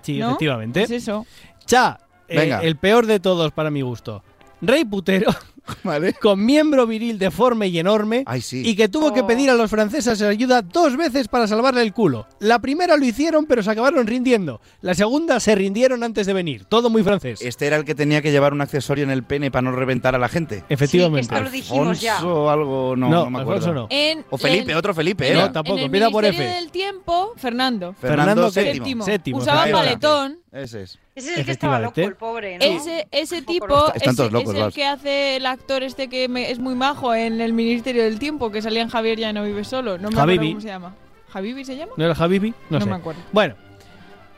S2: Sí,
S11: ¿no?
S2: efectivamente.
S11: Es eso.
S2: Cha, eh,
S12: Venga.
S2: el peor de todos para mi gusto. Rey putero,
S12: Vale.
S2: con miembro viril deforme y enorme,
S12: Ay, sí.
S2: y que tuvo que
S11: Oh.
S2: pedir a los franceses ayuda dos veces para salvarle el culo. La primera lo hicieron, pero se acabaron rindiendo. La segunda se rindieron antes de venir. Todo muy francés.
S12: Este era el que tenía que llevar un accesorio en el pene para no reventar a la gente.
S2: Efectivamente.
S13: Sí, que esto lo dijimos ya.
S12: Alfonso algo, no, no, me acuerdo.
S2: Alfonso no.
S11: En
S12: O Felipe,
S11: el-
S12: otro Felipe,
S2: No,
S12: era.
S2: tampoco.
S11: en el
S2: empieza por
S11: Ministerio
S2: F.
S11: del Tiempo, Fernando.
S12: Fernando,
S2: Fernando
S12: VII.
S2: Séptimo,
S11: Usaba
S12: Ahí va.
S11: paletón.
S12: Ese es.
S13: Ese es el que estaba loco,
S2: Efectivamente.
S13: el pobre, ¿no?
S11: Ese, ese
S13: poco
S11: tipo
S13: loco.
S11: ese-
S12: Están todos
S11: es,
S12: locos,
S11: el
S12: vas.
S11: que hace el actor este que me- es muy majo en el Ministerio del Tiempo, que salía en Javier ya no vive solo. No me
S2: Javibi.
S11: acuerdo cómo se llama. ¿Javibi se llama?
S2: ¿No era Javibi? No,
S11: No
S2: sé.
S11: me acuerdo.
S2: Bueno,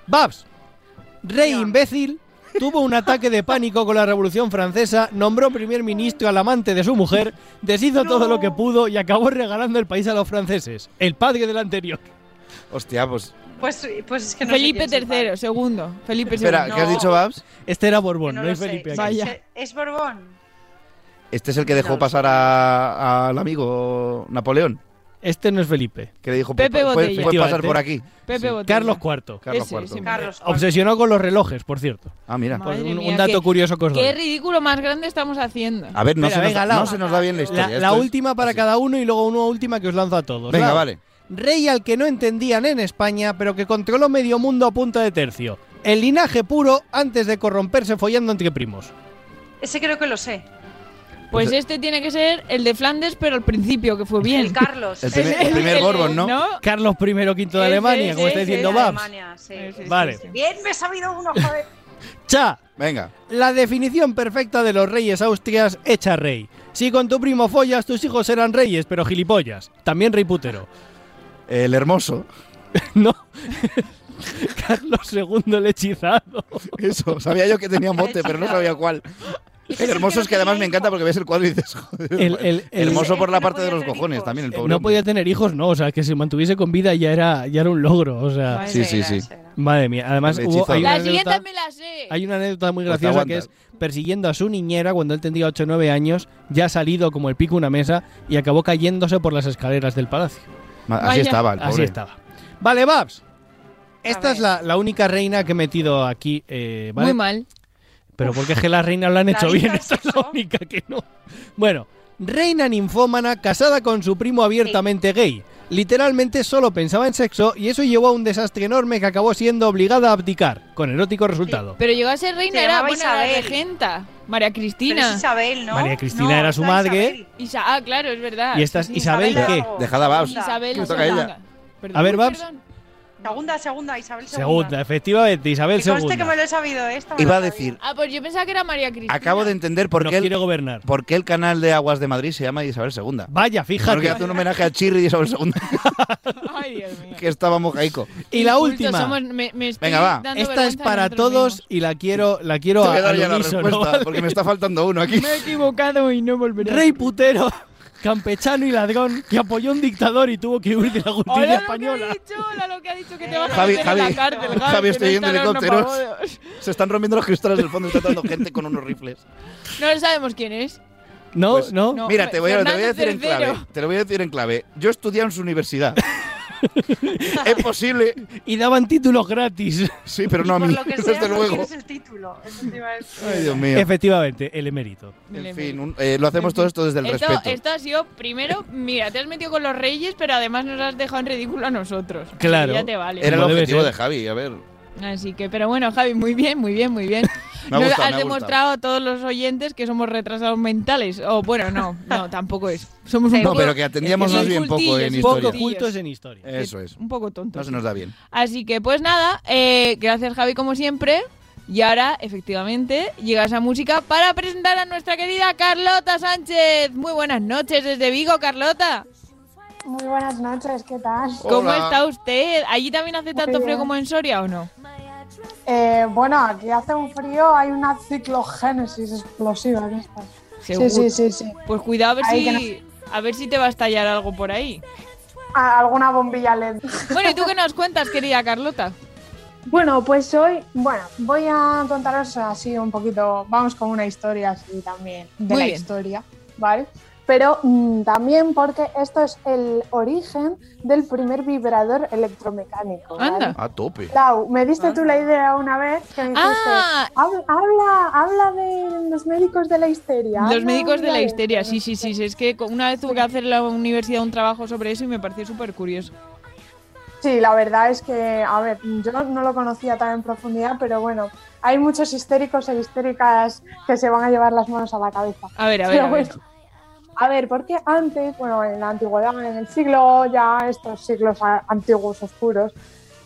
S2: Babs, rey
S13: Ya.
S2: imbécil, tuvo un ataque de pánico con la Revolución Francesa, nombró primer ministro al amante de su mujer, deshizo todo lo que pudo y acabó regalando el país a los franceses. El padre del anterior.
S12: Hostia, pues.
S13: Pues, pues es que no sé
S11: Felipe
S13: quién es el
S11: III, segundo. Felipe
S12: Espera,
S11: II.
S12: ¿qué has
S13: No.
S12: dicho, Babs?
S2: Este era
S13: padre,
S2: Borbón, no,
S13: lo
S2: es
S13: sé.
S2: Felipe.
S11: Vaya.
S13: ¿Es, es Borbón?
S12: Este es el que dejó
S13: No lo
S12: pasar a- al amigo Napoleón,
S2: Este no es Felipe.
S12: que le dijo, "Pues,
S11: Pepe
S12: "Pu- pu-
S11: Botella".
S12: puedes pasar
S2: Efectivamente.
S12: por aquí.
S11: Pepe Botella.
S2: Carlos IV.
S12: Carlos
S11: Ese,
S12: IV.
S2: Eh,
S11: ese.
S13: Carlos. Juan.
S2: Obsesionado con los relojes, por cierto.
S12: Ah, mira.
S11: Madre
S2: Por un, un
S11: mía,
S2: dato
S11: qué-
S2: curioso que os doy.
S11: Qué ridículo más grande estamos haciendo.
S12: A ver, no,
S2: Espera,
S12: se, nos
S2: venga,
S12: da,
S2: Lau.
S12: no se nos da bien la historia.
S2: La,
S12: esto
S2: la
S12: es
S2: última para
S12: así.
S2: cada uno y luego una última que os lanzo a todos.
S12: Venga,
S2: Lau.
S12: vale.
S2: Rey al que no entendían en España, pero que controló medio mundo a punta de tercio. El linaje puro antes de corromperse follando entre primos.
S13: Ese creo que lo sé.
S11: Pues
S12: Pues, eh,
S11: este tiene que ser el de Flandes, pero al principio, que fue bien.
S13: El Carlos.
S12: El primer- el primer Borbón, ¿no?
S2: Carlos I, quinto de
S11: Ese,
S2: Alemania, como
S11: ese,
S2: está
S11: ese,
S2: diciendo
S13: de
S2: Babs.
S13: Alemania, sí.
S11: Ese, ese,
S2: Vale.
S11: ese.
S13: Bien, me he sabido uno, joder.
S2: Cha,
S12: Venga.
S2: la definición perfecta de los reyes austrias hecha rey. Si con tu primo follas, tus hijos serán reyes, pero gilipollas. También rey putero.
S12: El hermoso.
S2: no. Carlos II el hechizado.
S12: Eso, sabía yo que tenía mote, pero no sabía cuál.
S13: Ese
S12: El
S13: es
S12: hermoso
S13: no
S12: es que además
S13: tenía
S12: me encanta
S13: hijo.
S12: porque ves el cuadro y dices, joder,
S2: El- el- el- Eh,
S12: hermoso por
S13: Ese
S12: la
S13: no
S12: parte de
S13: podía
S12: los
S13: tener
S12: cojones
S13: hijos.
S12: también, el pobre.
S2: No
S12: hombre.
S2: podía tener hijos, no. O sea, que se mantuviese con vida ya era, ya era un logro. O sea,
S12: Sí, sí, sí.
S2: madre mía. Además,
S12: El
S2: hubo,
S12: hechizado.
S2: hay una
S11: La
S2: anécdota-
S11: siguiente me la sé.
S2: Hay una anécdota muy
S12: Pues te
S2: graciosa que es
S12: aguantas.
S2: persiguiendo a su niñera cuando él tendría 8 o 9 años, ya ha salido como el pico una mesa y acabó cayéndose por las escaleras del palacio.
S12: Ma- Así
S11: Vaya.
S12: estaba, el pobre.
S2: Así estaba. Vale, Babs. Esta
S13: ver.
S2: es la, la única reina que he metido aquí, eh, ¿vale?
S11: Muy mal.
S2: Pero porque es que las reinas lo han hecho
S13: la
S2: bien, esta
S13: lista es
S2: es la
S13: eso.
S2: única que no. Bueno, reina ninfómana casada con su primo abiertamente gay. Literalmente solo pensaba en sexo y eso llevó a un desastre enorme que acabó siendo obligada a abdicar, con erótico resultado.
S11: Pero llegó a ser reina,
S13: Se
S11: era
S13: llamaba
S11: buena la
S13: Isabel.
S11: regenta. María
S13: Pero es
S11: Cristina.
S13: Isabel, ¿no?
S2: María Cristina
S13: No,
S2: era su
S13: está
S2: madre.
S13: Isabel.
S11: Isa- ah, claro, es verdad.
S2: Y esta es
S11: Sí,
S2: Isabel,
S13: Isabel
S2: que
S13: Lago.
S12: Dejad a Babs.
S11: Isabel
S12: Que
S11: la
S12: toca a ella.
S11: segunda. Perdón,
S2: A ver,
S11: uy,
S2: Babs.
S11: perdón.
S17: Segunda, segunda, Isabel
S2: Segunda, efectivamente, Isabel
S17: Que conste que
S2: II.
S17: me lo he sabido, ¿eh? Esto me lo
S12: Iba a
S17: sabía.
S12: decir,
S11: Ah, pues yo pensaba que era María Cristina.
S12: acabo de entender por qué, el,
S2: gobernar.
S12: por qué el canal de Aguas de Madrid se llama Isabel II.
S2: Vaya, fíjate.
S12: Porque hace un homenaje a Chirri y Isabel II. que estaba mojaico.
S2: Y la
S11: Incultos
S2: última.
S11: somos, me- me estoy
S12: Venga, va.
S2: Esta
S11: dando
S2: es
S11: vergüenza
S2: para
S11: de nosotros
S2: todos y la quiero, la quiero
S12: Te voy a
S2: a,
S12: dar
S2: al
S12: ya la
S2: unísono,
S12: respuesta,
S2: ¿vale?
S12: porque me está faltando uno aquí.
S11: Me he equivocado y no volveré.
S2: Rey putero, campechano y ladrón que apoyó a un dictador y tuvo que huir de la
S11: Hola,
S2: justicia
S11: lo
S2: española.
S11: que ha dicho, hola, lo que ha dicho que te vas a
S12: Javi,
S11: meter
S12: Javi,
S11: en la cárcel, Javi,
S12: Javi,
S11: que
S12: estoy
S11: no
S12: viendo
S11: está hablando
S12: helicópteros.
S11: pavones.
S12: Se están rompiendo los cristales del fondo y está dando gente con unos rifles.
S11: No sabemos quién es.
S2: No,
S12: Pues
S2: no.
S11: No,
S12: Mira, te voy, a, te voy a
S11: Fernando
S12: decir en clave.
S11: III.
S12: Te lo voy a decir en clave. Yo estudié en su universidad. es posible.
S2: Y daban títulos gratis.
S12: Sí, pero no a
S17: Por
S12: mí,
S17: lo que sea,
S12: desde
S17: no
S12: luego.
S17: tienes el título. Eso te iba a decir.
S12: Ay, Dios mío.
S2: Efectivamente, el emérito.
S12: En fin, un- eh, lo hacemos todo esto desde el
S11: esto,
S12: respeto.
S11: esto ha sido, primero, mira, te has metido con los reyes, pero además nos has dejado en ridículo a nosotros.
S2: Claro.
S11: Ya te vale.
S12: Era el
S2: Como debe
S12: objetivo
S2: ser.
S12: de Javi, a ver.
S11: Así que, pero bueno, Javi, muy bien, muy bien, muy bien.
S12: Me ha gustado,
S11: Nos
S12: me ha
S11: has
S12: gustado.
S11: demostrado a todos los oyentes que somos retrasados mentales. O bueno, no, no, tampoco es. Somos un
S12: No,
S11: poco-
S12: pero que atendíamos
S11: es que
S12: más bien
S11: son
S12: poco en
S11: cultillos,
S12: historia.
S11: cultillos.
S2: en historia.
S12: Eso es.
S11: Un poco tonto.
S12: No se nos da bien.
S11: Así que pues nada, eh, gracias Javi como siempre. Y ahora, efectivamente, llega esa música para presentar a nuestra querida Carlota Sánchez. Muy buenas noches desde Vigo, Carlota.
S13: Muy buenas noches, ¿qué tal?
S11: ¿Cómo está usted? ¿Allí también hace tanto frío
S13: bien.
S11: como en Soria o no?
S13: Eh, bueno, aquí hace un frío, hay una ciclogénesis explosiva. en esta. Sí,
S11: Seguro.
S13: sí, sí, sí.
S11: Pues cuidado a ver,
S13: Ahí
S11: si, a ver si te va a estallar algo por ahí.
S13: A- alguna bombilla LED.
S11: Bueno, ¿y tú qué nos cuentas, querida Carlota?
S13: Bueno, pues hoy, bueno, voy a contaros así un poquito, vamos con una historia así también, de
S11: Muy
S13: la
S11: bien.
S13: historia, ¿vale? Pero mm, también porque esto es el origen del primer vibrador electromecánico. ¿vale?
S12: A tope.
S13: Lau, me
S11: Ah.
S13: diste tú la idea una vez que me dijiste, "Hab- habla, habla de los médicos de la histeria.
S11: Los
S13: habla
S11: médicos de
S13: habla
S11: la histeria, sí, sí, sí. sí. Es que co- una vez tuve que hacer en la universidad un trabajo sobre eso y me pareció súper curioso.
S13: Sí, la verdad es que, a ver, yo no lo conocía tan en profundidad, pero bueno, hay muchos histéricos e histéricas que se van a llevar las manos a la cabeza.
S11: A ver, a ver,
S13: Pero
S11: a ver.
S13: bueno, a ver, porque antes, bueno, en la antigüedad, en el siglo ya, estos siglos a- antiguos, oscuros,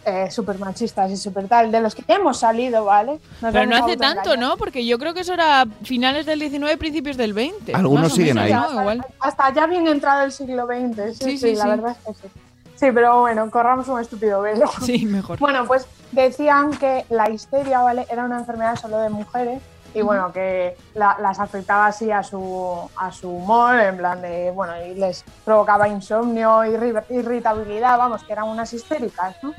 S13: eh, súper machistas y súper tal, de los que ya hemos salido, ¿vale? Nos
S11: Pero no
S13: vamos a
S11: hace tanto,
S13: autoengañar.
S11: ¿no? Porque yo creo que eso era finales del 19, principios del 20.
S12: Algunos
S11: más o
S12: siguen
S11: menos,
S12: ahí.
S11: ¿no? Igual.
S13: Hasta ya bien entrado el siglo XX, sí,
S11: Sí,
S13: sí,
S11: sí,
S13: la
S11: sí.
S13: verdad es que sí. Sí, pero bueno, corramos un estúpido velo.
S11: Sí, mejor.
S13: Bueno, pues decían que la histeria, ¿vale? Era una enfermedad solo de mujeres y
S11: Ujú.
S13: bueno, que la- las afectaba así a su, a su humor, en plan de, bueno, y les provocaba insomnio, irri- irritabilidad, vamos, que eran unas histéricas, ¿no?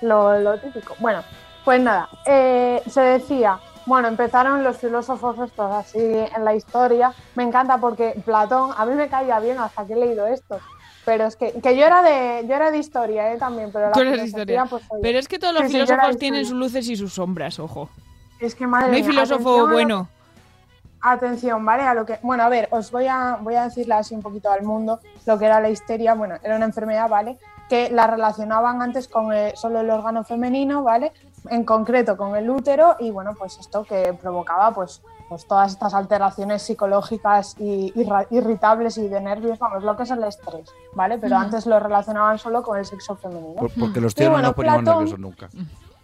S13: lo, lo típico. Bueno, pues nada, eh, se decía, bueno, empezaron los filósofos estos así en la historia. Me encanta porque Platón, a mí me caía bien hasta que he leído esto. Pero es que, que yo era de yo era de historia eh, también, pero la
S11: Tú eres de
S13: filosofía,
S11: historia.
S13: pues, oye.
S11: Pero es que todos los
S13: Sí, sí, yo era de
S11: filósofos tienen sus
S13: historia.
S11: luces y sus sombras, ojo.
S13: Es que madre
S11: no hay
S13: mía,
S11: filósofo
S13: atención a lo-
S11: bueno.
S13: Atención, ¿vale? A lo que, bueno, a ver, os voy a, voy a decirle así un poquito al mundo lo que era la histeria. Bueno, era una enfermedad, ¿vale? Que la relacionaban antes con eh, solo el órgano femenino, ¿vale? En concreto con el útero y, bueno, pues esto que provocaba, pues, pues todas estas alteraciones psicológicas y irra- irritables y de nervios, vamos, lo que es el estrés, ¿vale? Pero
S12: Ujú.
S13: antes lo relacionaban solo con el sexo femenino.
S12: Por- porque los
S13: Y
S12: tíos no
S13: bueno,
S12: nos poníamos
S13: Platón-
S12: nerviosos nunca.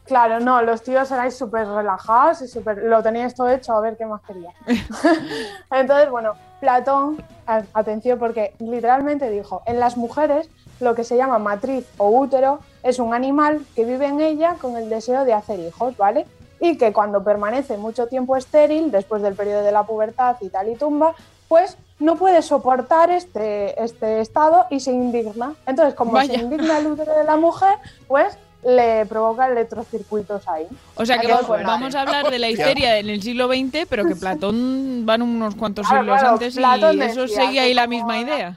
S13: Claro, no, los tíos erais súper relajados y súper. Lo teníais todo hecho, a ver qué más quería. Entonces, bueno, Platón, a- atención, porque literalmente dijo: en las mujeres, lo que se llama matriz o útero es un animal que vive en ella con el deseo de hacer hijos, ¿vale? Y que cuando permanece mucho tiempo estéril, después del periodo de la pubertad y tal y tumba, pues no puede soportar este, este estado y se indigna. Entonces, como
S11: Vaya.
S13: se indigna el útero de la mujer, pues le provoca electrocircuitos ahí.
S11: O sea que
S13: Entonces, bueno,
S11: vamos a hablar de la
S13: Hostia.
S11: histeria en el siglo XX, pero que Platón van unos cuantos
S13: Claro,
S11: siglos
S13: claro,
S11: antes y
S13: Platón
S11: eso
S13: decía
S11: seguía
S13: que
S11: ahí la
S13: como
S11: misma
S13: la-
S11: idea.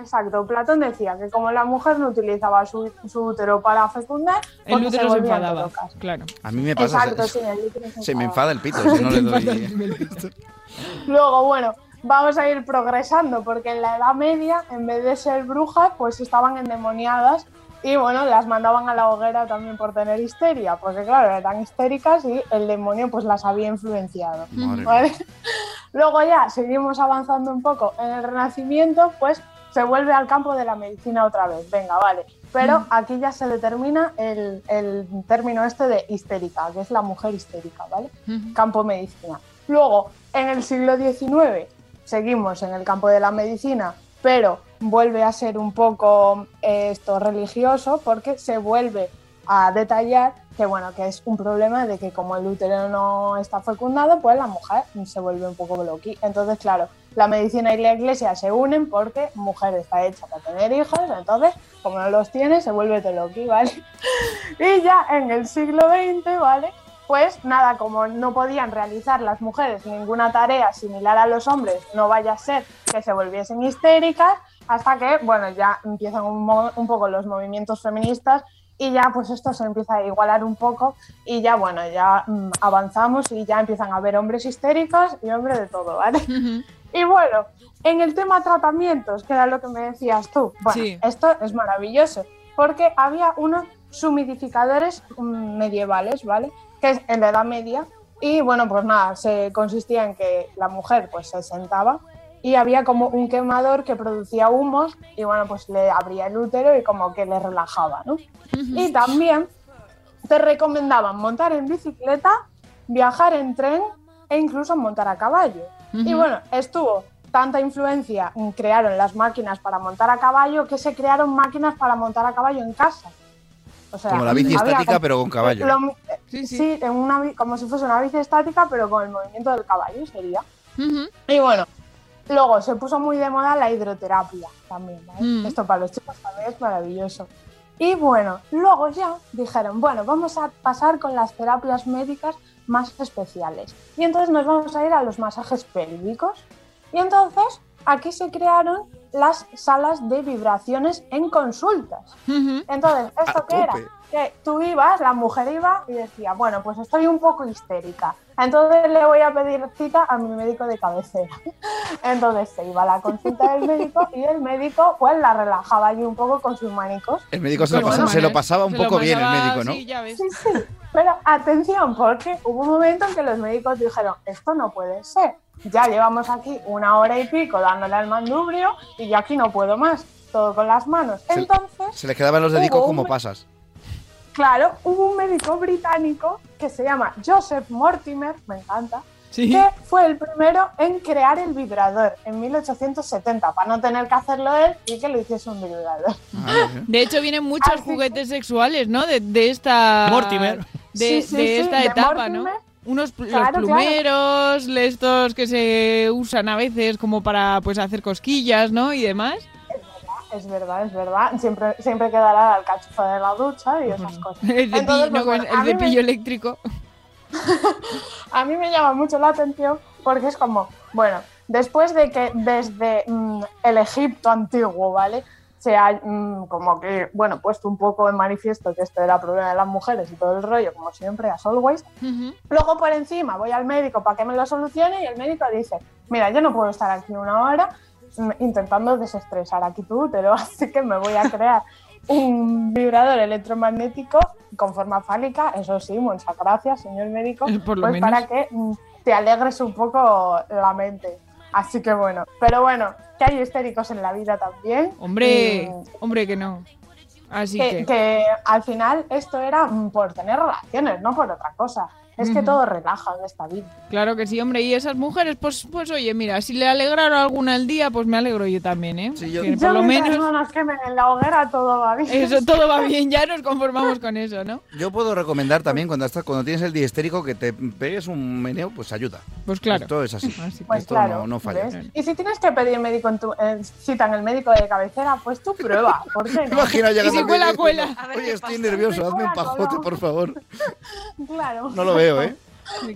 S13: Exacto, Platón decía que como la mujer no utilizaba su, su útero para fecundar, pues
S11: El
S13: porque
S11: útero se
S13: volvían
S11: enfadaba,
S13: locas.
S11: claro.
S12: A mí me pasa.
S13: Exacto,
S12: se,
S13: sí, el útero se
S12: se me enfada
S13: enfadaba.
S12: el pito si no le doy. eh.
S13: Luego, bueno, vamos a ir progresando porque en la Edad Media, en vez de ser brujas, pues estaban endemoniadas y bueno, las mandaban a la hoguera también por tener histeria, porque claro, eran histéricas y el demonio pues las había influenciado.
S18: Madre
S13: ¿vale? Luego ya seguimos avanzando un poco en el Renacimiento, pues
S16: se vuelve al campo de la medicina otra vez, venga, vale. Pero aquí ya se determina el, el término este de histérica, que es la mujer histérica, ¿vale? Campo medicina. Luego, en el siglo XIX, seguimos en el campo de la medicina, pero vuelve a ser un poco eh, esto religioso porque se vuelve a detallar que bueno que es un problema de que como el útero no está fecundado pues la mujer se vuelve un poco bloqui entonces claro la medicina y la iglesia se unen porque mujer está hecha para tener hijos entonces como no los tiene se vuelve loqui vale y ya en el siglo XX vale pues nada, como no podían realizar las mujeres ninguna tarea similar a los hombres, no vaya a ser que se volviesen histéricas, hasta que, bueno, ya empiezan un, mo- un poco los movimientos feministas y ya pues esto se empieza a igualar un poco y ya, bueno, ya mm, avanzamos y ya empiezan a haber hombres histéricos y hombres de todo, ¿vale? Y bueno, en el tema tratamientos, que era lo que me decías tú, bueno,
S19: Sí.
S16: esto es maravilloso, porque había unos sumidificadores mm, medievales, ¿vale? Que es en la Edad Media, y bueno, pues nada, se consistía en que la mujer pues se sentaba y había como un quemador que producía humos y bueno, pues le abría el útero y como que le relajaba, ¿no? Y también te recomendaban montar en bicicleta, viajar en tren e incluso montar a caballo. Y
S19: Ujú.
S16: bueno, estuvo tanta influencia, mm, crearon las máquinas para montar a caballo que se crearon máquinas para montar a caballo en casa. O sea,
S12: Como la bici
S16: había
S12: estática,
S16: como-
S12: pero con caballo.
S16: lo- sí, en una bi- como si fuese una bici estática, pero con el movimiento del caballo sería. Y bueno, luego se puso muy de moda la hidroterapia también. ¿vale? Esto para los chicos también es maravilloso. Y bueno, luego ya dijeron, bueno, vamos a pasar con las terapias médicas más especiales. Y entonces nos vamos a ir a los masajes pélvicos. Y entonces aquí se crearon las salas de vibraciones en consultas. Entonces, ¿esto qué era?
S19: tope.
S16: Que tú ibas, la mujer iba y decía, bueno, pues estoy un poco histérica. Entonces le voy a pedir cita a mi médico de cabecera. Entonces se iba a la consulta del médico y el médico pues la relajaba allí un poco con sus manicos.
S12: El médico se lo,
S16: Pero
S12: pasa-
S16: bueno,
S12: se lo pasaba un poco bien, el médico, ¿no?
S16: Sí, sí. Pero atención, porque hubo un momento en que los médicos dijeron, esto no puede ser. Ya llevamos aquí una hora y pico dándole al mandubrio y yo aquí no puedo más. Todo con las manos.
S12: Se-
S16: Entonces,
S12: Se les quedaban los dedicos
S16: Hubo
S12: como
S16: un-
S12: pasas.
S16: Claro, hubo un médico británico que se llama Joseph Mortimer, me encanta,
S19: Sí.
S16: que fue el primero en crear el vibrador en 1870, para no tener que hacerlo él y que lo hiciese un vibrador.
S11: De hecho, vienen
S16: Ah,
S11: muchos juguetes sexuales, ¿no? De, de esta.
S16: Mortimer.
S11: De,
S16: Sí, sí,
S11: de
S16: sí,
S11: esta
S16: de
S11: etapa, ¿no?
S16: Mortimer.
S11: Unos pl-
S16: Claro, claro.
S11: los plumeros, estos que se usan a veces como para pues hacer cosquillas, ¿no? Y demás.
S16: Es verdad, es verdad. Siempre, siempre quedará la alcachufa de la ducha y esas cosas.
S11: El, cepi-
S16: Entonces,
S11: no,
S16: pues, bueno,
S11: el
S16: a mí me-
S11: cepillo eléctrico.
S16: a mí me llama mucho la atención porque es como, bueno, después de que desde mm, el Egipto antiguo, ¿vale? Se ha mm, como que, bueno, puesto un poco en manifiesto que esto era problema de las mujeres y todo el rollo, como siempre, as always. Luego por encima voy al médico para que me lo solucione y el médico dice, mira, yo no puedo estar aquí una hora mm, intentando desestresar aquí tu útero, así que me voy a crear un vibrador electromagnético con forma fálica, eso sí, muchas gracias, señor médico,
S11: Por lo
S16: pues
S11: menos.
S16: para que mm, te alegres un poco la mente. Así que bueno, pero bueno, que hay histéricos en la vida también.
S11: Hombre,
S16: Y,
S11: hombre que no. Así
S16: eh, que,
S11: que.
S16: que al final esto era mm, por tener relaciones, no por otra cosa. Es que
S11: Ujú.
S16: todo relaja en esta vida.
S11: Claro que sí, hombre. Y esas mujeres, pues, pues oye, mira, si le alegraron alguna el día, pues me alegro yo también, ¿eh? Que por
S16: Yo
S11: lo
S16: mientras no
S11: menos
S16: nos quemen en la hoguera, todo va bien.
S11: eso todo va bien, ya nos conformamos con eso, ¿no?
S12: Yo puedo recomendar también cuando estás, cuando tienes el diestérico que te pegues un meneo, pues ayuda.
S11: Pues claro.
S12: Esto es así.
S16: Pues
S12: Esto
S16: claro,
S12: no, no falla.
S16: ¿ves? Y si tienes que pedir médico en tu, eh, cita en el médico de cabecera, pues tú prueba. ¿por qué no?
S12: Imagina llegando al médico y diciendo,
S16: A ver
S12: Oye,
S16: qué
S12: estoy
S16: pasa".
S12: nervioso, hazme un
S16: Cola, cola.
S12: pajote, por favor.
S16: Claro.
S12: No lo veo, ¿eh?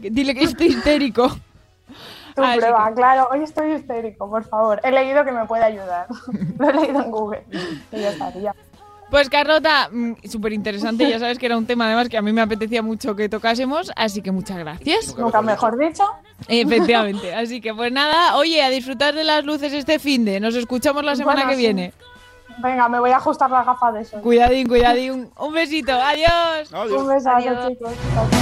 S11: Dile que estoy histérico.
S16: Tú
S11: Así
S16: prueba, claro. Hoy estoy histérico, por favor. He leído que me puede ayudar. lo he leído en Google. Y ya estaría.
S11: Pues Carlota, súper interesante, ya sabes que era un tema además que a mí me apetecía mucho que tocásemos, así que muchas gracias.
S16: Nunca mejor dicho.
S11: Efectivamente, así que pues nada, oye, a disfrutar de las luces este fin de, nos escuchamos la semana
S16: Bueno,
S11: que
S16: sí.
S11: viene.
S16: Venga, me voy a ajustar las gafas de eso.
S11: Cuidadín, cuidadín, un besito, adiós.
S16: Un besazo, chicos. Chao, chao.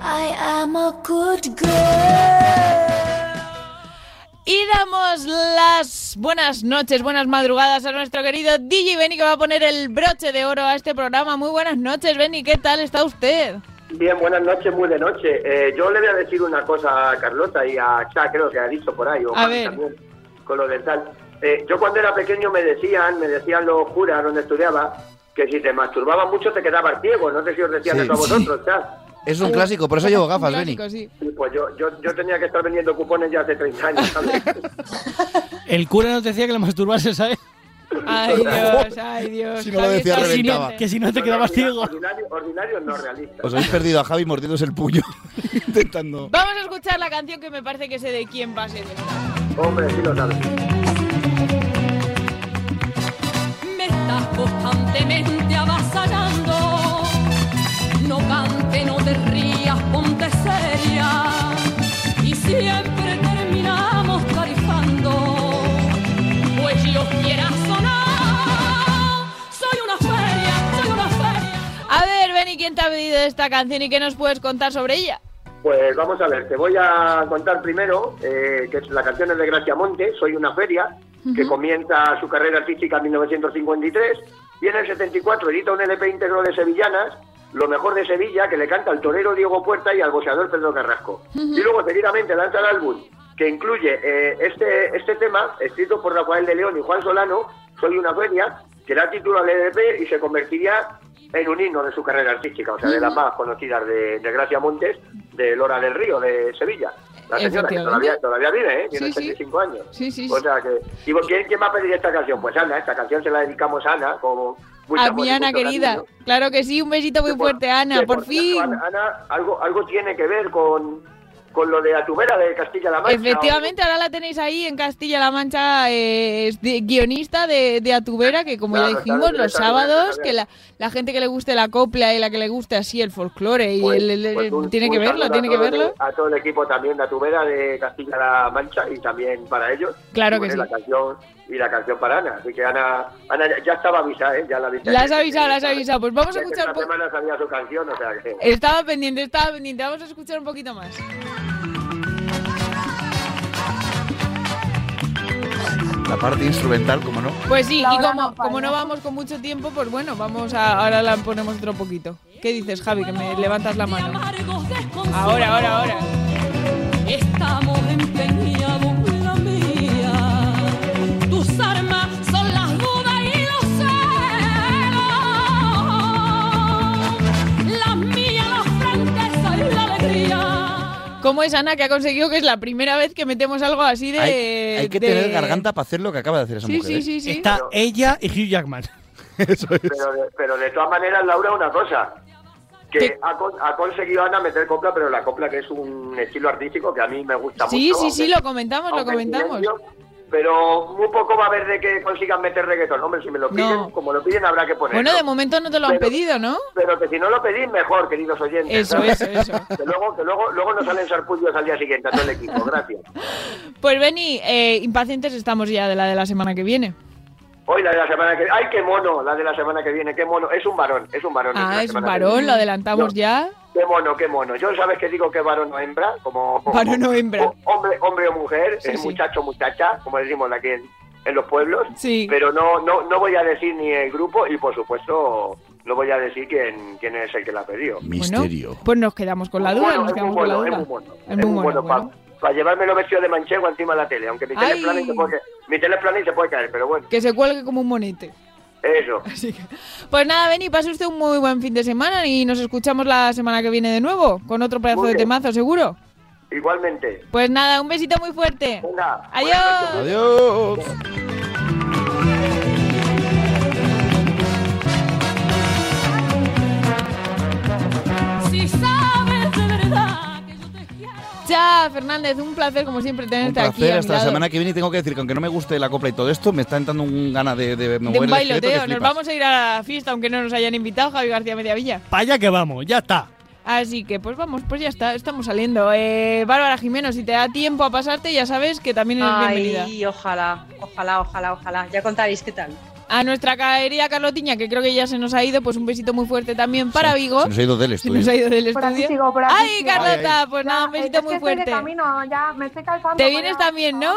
S19: I am a good girl.
S11: Y damos la buenas, buenas noches, buenas madrugadas a nuestro querido DJ Benny que va a poner el broche de oro a este programa. Muy buenas noches, Benny, ¿qué tal está usted?
S13: Bien, buenas noches, muy de noche. Eh, yo le voy a decir una cosa a Carlota y a Cha, creo que ha dicho por ahí, o
S11: A
S13: Javi
S11: ver.
S13: también, con lo del tal. Eh, yo cuando era pequeño me decían, me decían los curas donde estudiaba, que si te masturbabas mucho te quedabas ciego. No sé si os decían
S12: Sí,
S13: eso a
S12: sí.
S13: vosotros, Cha.
S12: Es un clásico, por eso llevo gafas, Benny.
S13: Sí, Pues yo, yo, yo tenía que estar vendiendo cupones ya hace 30 años, ¿sabes?
S2: El cura no te decía que le masturbarse, ¿sabes?
S11: Ay, Dios, ay, Dios.
S12: Si no lo decía,
S2: Que si no-
S12: reventaba.
S2: que si no te quedabas ciego.
S13: ordinario, ordinario no realista.
S12: Os habéis perdido a Javi mordiéndose el puño. intentando.
S11: Vamos a escuchar la canción que me parece que sé de quién va a ser.
S13: Hombre, sí lo sabes.
S20: me estás constantemente avasallando. No cante, no te rías, ponte seria. Y siempre terminamos tarifando, pues yo quiera sonar. Soy una feria, soy una feria.
S11: A ver, Benny, ¿quién te ha pedido esta canción y qué nos puedes contar sobre ella?
S13: Pues vamos a ver, te voy a contar primero eh, que es la canción es de Gracia Monte, Soy una feria, que comienza su carrera artística en 1953 y en el 74 edita un LP íntegro de Sevillanas, Lo mejor de Sevilla, que le canta al torero Diego Puerta y al boxeador Pedro Carrasco.
S21: Ujú.
S13: Y luego seguidamente lanza el álbum que incluye eh, este, este tema, escrito por Rafael de León y Juan Solano, Soy una feria, que da título al LP y se convertiría en un himno de su carrera artística, o sea, de las más conocidas de, de Gracia Montes, de Lora del Río, de Sevilla. La señora que todavía,
S11: Efectivamente.
S13: todavía vive, ¿eh? Tiene
S11: Sí, sí.
S13: 85 años.
S11: Sí, sí,
S13: O
S11: sí.
S13: sea que... ¿Y vos, ¿quién, quién va a pedir esta canción? Pues Ana, esta canción se la dedicamos a Ana, como... mucha
S11: a mi
S13: voz y
S11: Ana
S13: mucho
S11: querida.
S13: cariño.
S11: Claro que sí, un besito muy fuerte, Ana,
S13: que
S11: por fin.
S13: cierto, Ana, Ana, algo, algo tiene que ver con, con lo de Atubera de Castilla-La Mancha.
S11: Efectivamente, ahora la tenéis ahí en Castilla-La Mancha, eh, es de- guionista de, de Atubera, que como
S13: Claro,
S11: ya dijimos,
S13: claro,
S11: los
S13: está bien, está
S11: sábados,
S13: bien.
S11: que la, la gente que le guste la copla y la que le guste así el folclore, y el- el- el-
S13: Pues un-
S11: tiene que
S13: un
S11: verlo,
S13: saludo
S11: tiene
S13: a
S11: que
S13: todo el-
S11: verlo.
S13: a todo el equipo también de Atubera de Castilla-La Mancha y también para ellos.
S11: Claro
S13: Y
S11: que
S13: bueno,
S11: sí.
S13: La canción, y la canción para Ana. Así que Ana, Ana ya- ya estaba avisada, ¿eh? Ya la avisé.
S11: Las has avisado, las has avisado. Pues vamos a
S13: Desde
S11: escuchar...
S13: Esta
S11: po-
S13: semana sabía su canción, o sea que...
S11: Estaba pendiente, estaba pendiente. Vamos a escuchar un poquito más.
S12: La parte instrumental, como no.
S11: Pues sí, y como, como no vamos con mucho tiempo, pues bueno, vamos a, ahora la ponemos otro poquito. ¿Qué dices, Javi? Que me levantas la mano. Ahora, ahora, ahora.
S20: Estamos empeñados en la mía. Tus armas son las dudas y los celos. Las mías, la franqueza y la alegría.
S11: ¿Cómo es Ana que ha conseguido que es la primera vez que metemos algo así de.
S12: Hay, hay que
S11: Eh, de-
S12: tener garganta para hacer lo que acaba de hacer esa
S11: Sí,
S12: mujer.
S11: sí,
S12: ¿eh?
S11: sí, sí.
S2: Está ella y Hugh Jackman. Eso es.
S13: Pero de, pero de todas maneras, Laura, una cosa. Que ha, con- ha conseguido Ana meter copla, pero la copla que es un estilo artístico que a mí me gusta
S11: Sí,
S13: mucho.
S11: sí, sí,
S13: aunque-
S11: lo comentamos, lo
S13: aunque en
S11: comentamos.
S13: silencio, Pero muy poco va a haber de que consigan meter reggaetón. Hombre, si me lo piden, como lo piden, habrá que ponerlo.
S11: Bueno, de momento no te lo han
S13: Pero-
S11: pedido, ¿no?
S13: Pero que si no lo pedís, mejor, queridos oyentes.
S11: Eso,
S13: ¿sabes?
S11: eso,
S13: Que luego, que luego, luego nos salen sarpullos al día siguiente a todo el equipo. Gracias.
S11: Pues Benny, eh, impacientes estamos ya de la de la semana que viene.
S13: Hoy la de la semana que ¡Ay, qué mono! La de la semana que viene, qué mono. Es un varón, es un varón. el de la
S11: Ah, es
S13: semana que
S11: varón,
S13: viene.
S11: lo adelantamos ya.
S13: Qué mono, qué mono. Yo sabes que digo que varón o hembra, como
S11: Varón o hembra.
S13: o- hombre, hombre o mujer,
S11: Sí,
S13: eh,
S11: sí.
S13: muchacho o muchacha, como decimos aquí en, en los pueblos.
S11: Sí.
S13: Pero no, no, no voy a decir ni el grupo y por supuesto no voy a decir quién, quién es el que la ha pedido.
S11: Misterio. Pues nos quedamos con la duda,
S13: Bueno,
S11: nos
S13: es muy
S11: quedamos con la
S13: bueno, es
S11: duda.
S13: muy bueno. Es muy bueno, para llevármelo vestido de manchego encima de la tele, aunque mi
S11: Ay.
S13: teleplaning, se puede, mi teleplaning se puede caer, pero bueno,
S11: Que se cuelgue como un monete.
S13: eso.
S11: Pues nada, Benny, pase usted un muy buen fin de semana y nos escuchamos la semana que viene de nuevo, con otro pedazo
S13: Muy
S11: de
S13: bien.
S11: temazo, seguro.
S13: Igualmente.
S11: Pues nada, un besito muy fuerte. Adiós.
S12: Adiós.
S20: Si sabes de verdad.
S11: Cha, Fernández, un placer como siempre tenerte
S12: Un
S11: aquí.
S12: placer,
S11: A mi
S12: hasta la
S11: lado.
S12: semana que viene y tengo que decir que aunque no me guste la copla y todo esto, me está entrando un gana de, de
S11: de
S12: mover
S11: un
S12: el esqueleto que
S11: bailoteo. Nos
S12: flipas.
S11: vamos a ir a la fiesta, aunque no nos hayan invitado, Javi García Mediavilla.
S2: Para allá que vamos, ya está.
S11: Así que, pues vamos, pues ya está, estamos saliendo. Eh, Bárbara Jimeno, si te da tiempo a pasarte, ya sabes que también eres bienvenida.
S22: Ay, ojalá, ojalá, ojalá, ojalá. Ya contaréis qué tal.
S11: A nuestra querida Carlotiña, que creo que ya se nos ha ido, pues un besito muy fuerte también para Vigo.
S12: Se nos ha ido del
S11: Se
S12: estudio.
S11: nos ha ido del
S16: Por aquí
S11: estudio.
S16: sigo, por aquí
S11: ¡Ay,
S16: sigo.
S11: Carlota! Pues nada, un
S16: Ya, es
S11: besito
S16: que
S11: muy
S16: estoy de
S11: fuerte.
S16: camino, ya me estoy calzando
S11: Te
S16: para-
S11: vienes también, ¿no?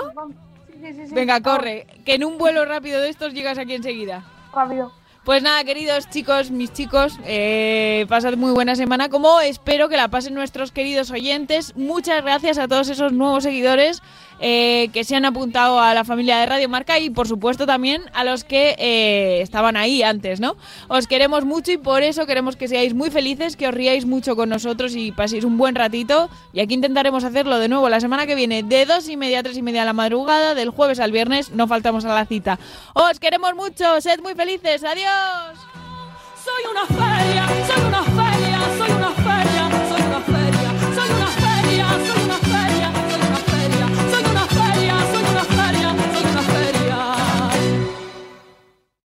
S16: Sí, Sí, sí, sí.
S11: Venga, corre, que en un vuelo rápido de estos llegas aquí enseguida.
S16: Rápido.
S11: Pues nada, queridos chicos, mis chicos, eh, pasad muy buena semana, como espero que la pasen nuestros queridos oyentes. Muchas gracias a todos esos nuevos seguidores eh, que se han apuntado a la familia de Radio Marca y, por supuesto, también a los que eh, estaban ahí antes, ¿no? Os queremos mucho y por eso queremos que seáis muy felices, que os riáis mucho con nosotros y paséis un buen ratito. Y aquí intentaremos hacerlo de nuevo la semana que viene, de dos y media a tres y media de la madrugada, del jueves al viernes, no faltamos a la cita. Os queremos mucho, sed muy felices, adiós.
S23: Soy una feria, soy una feria.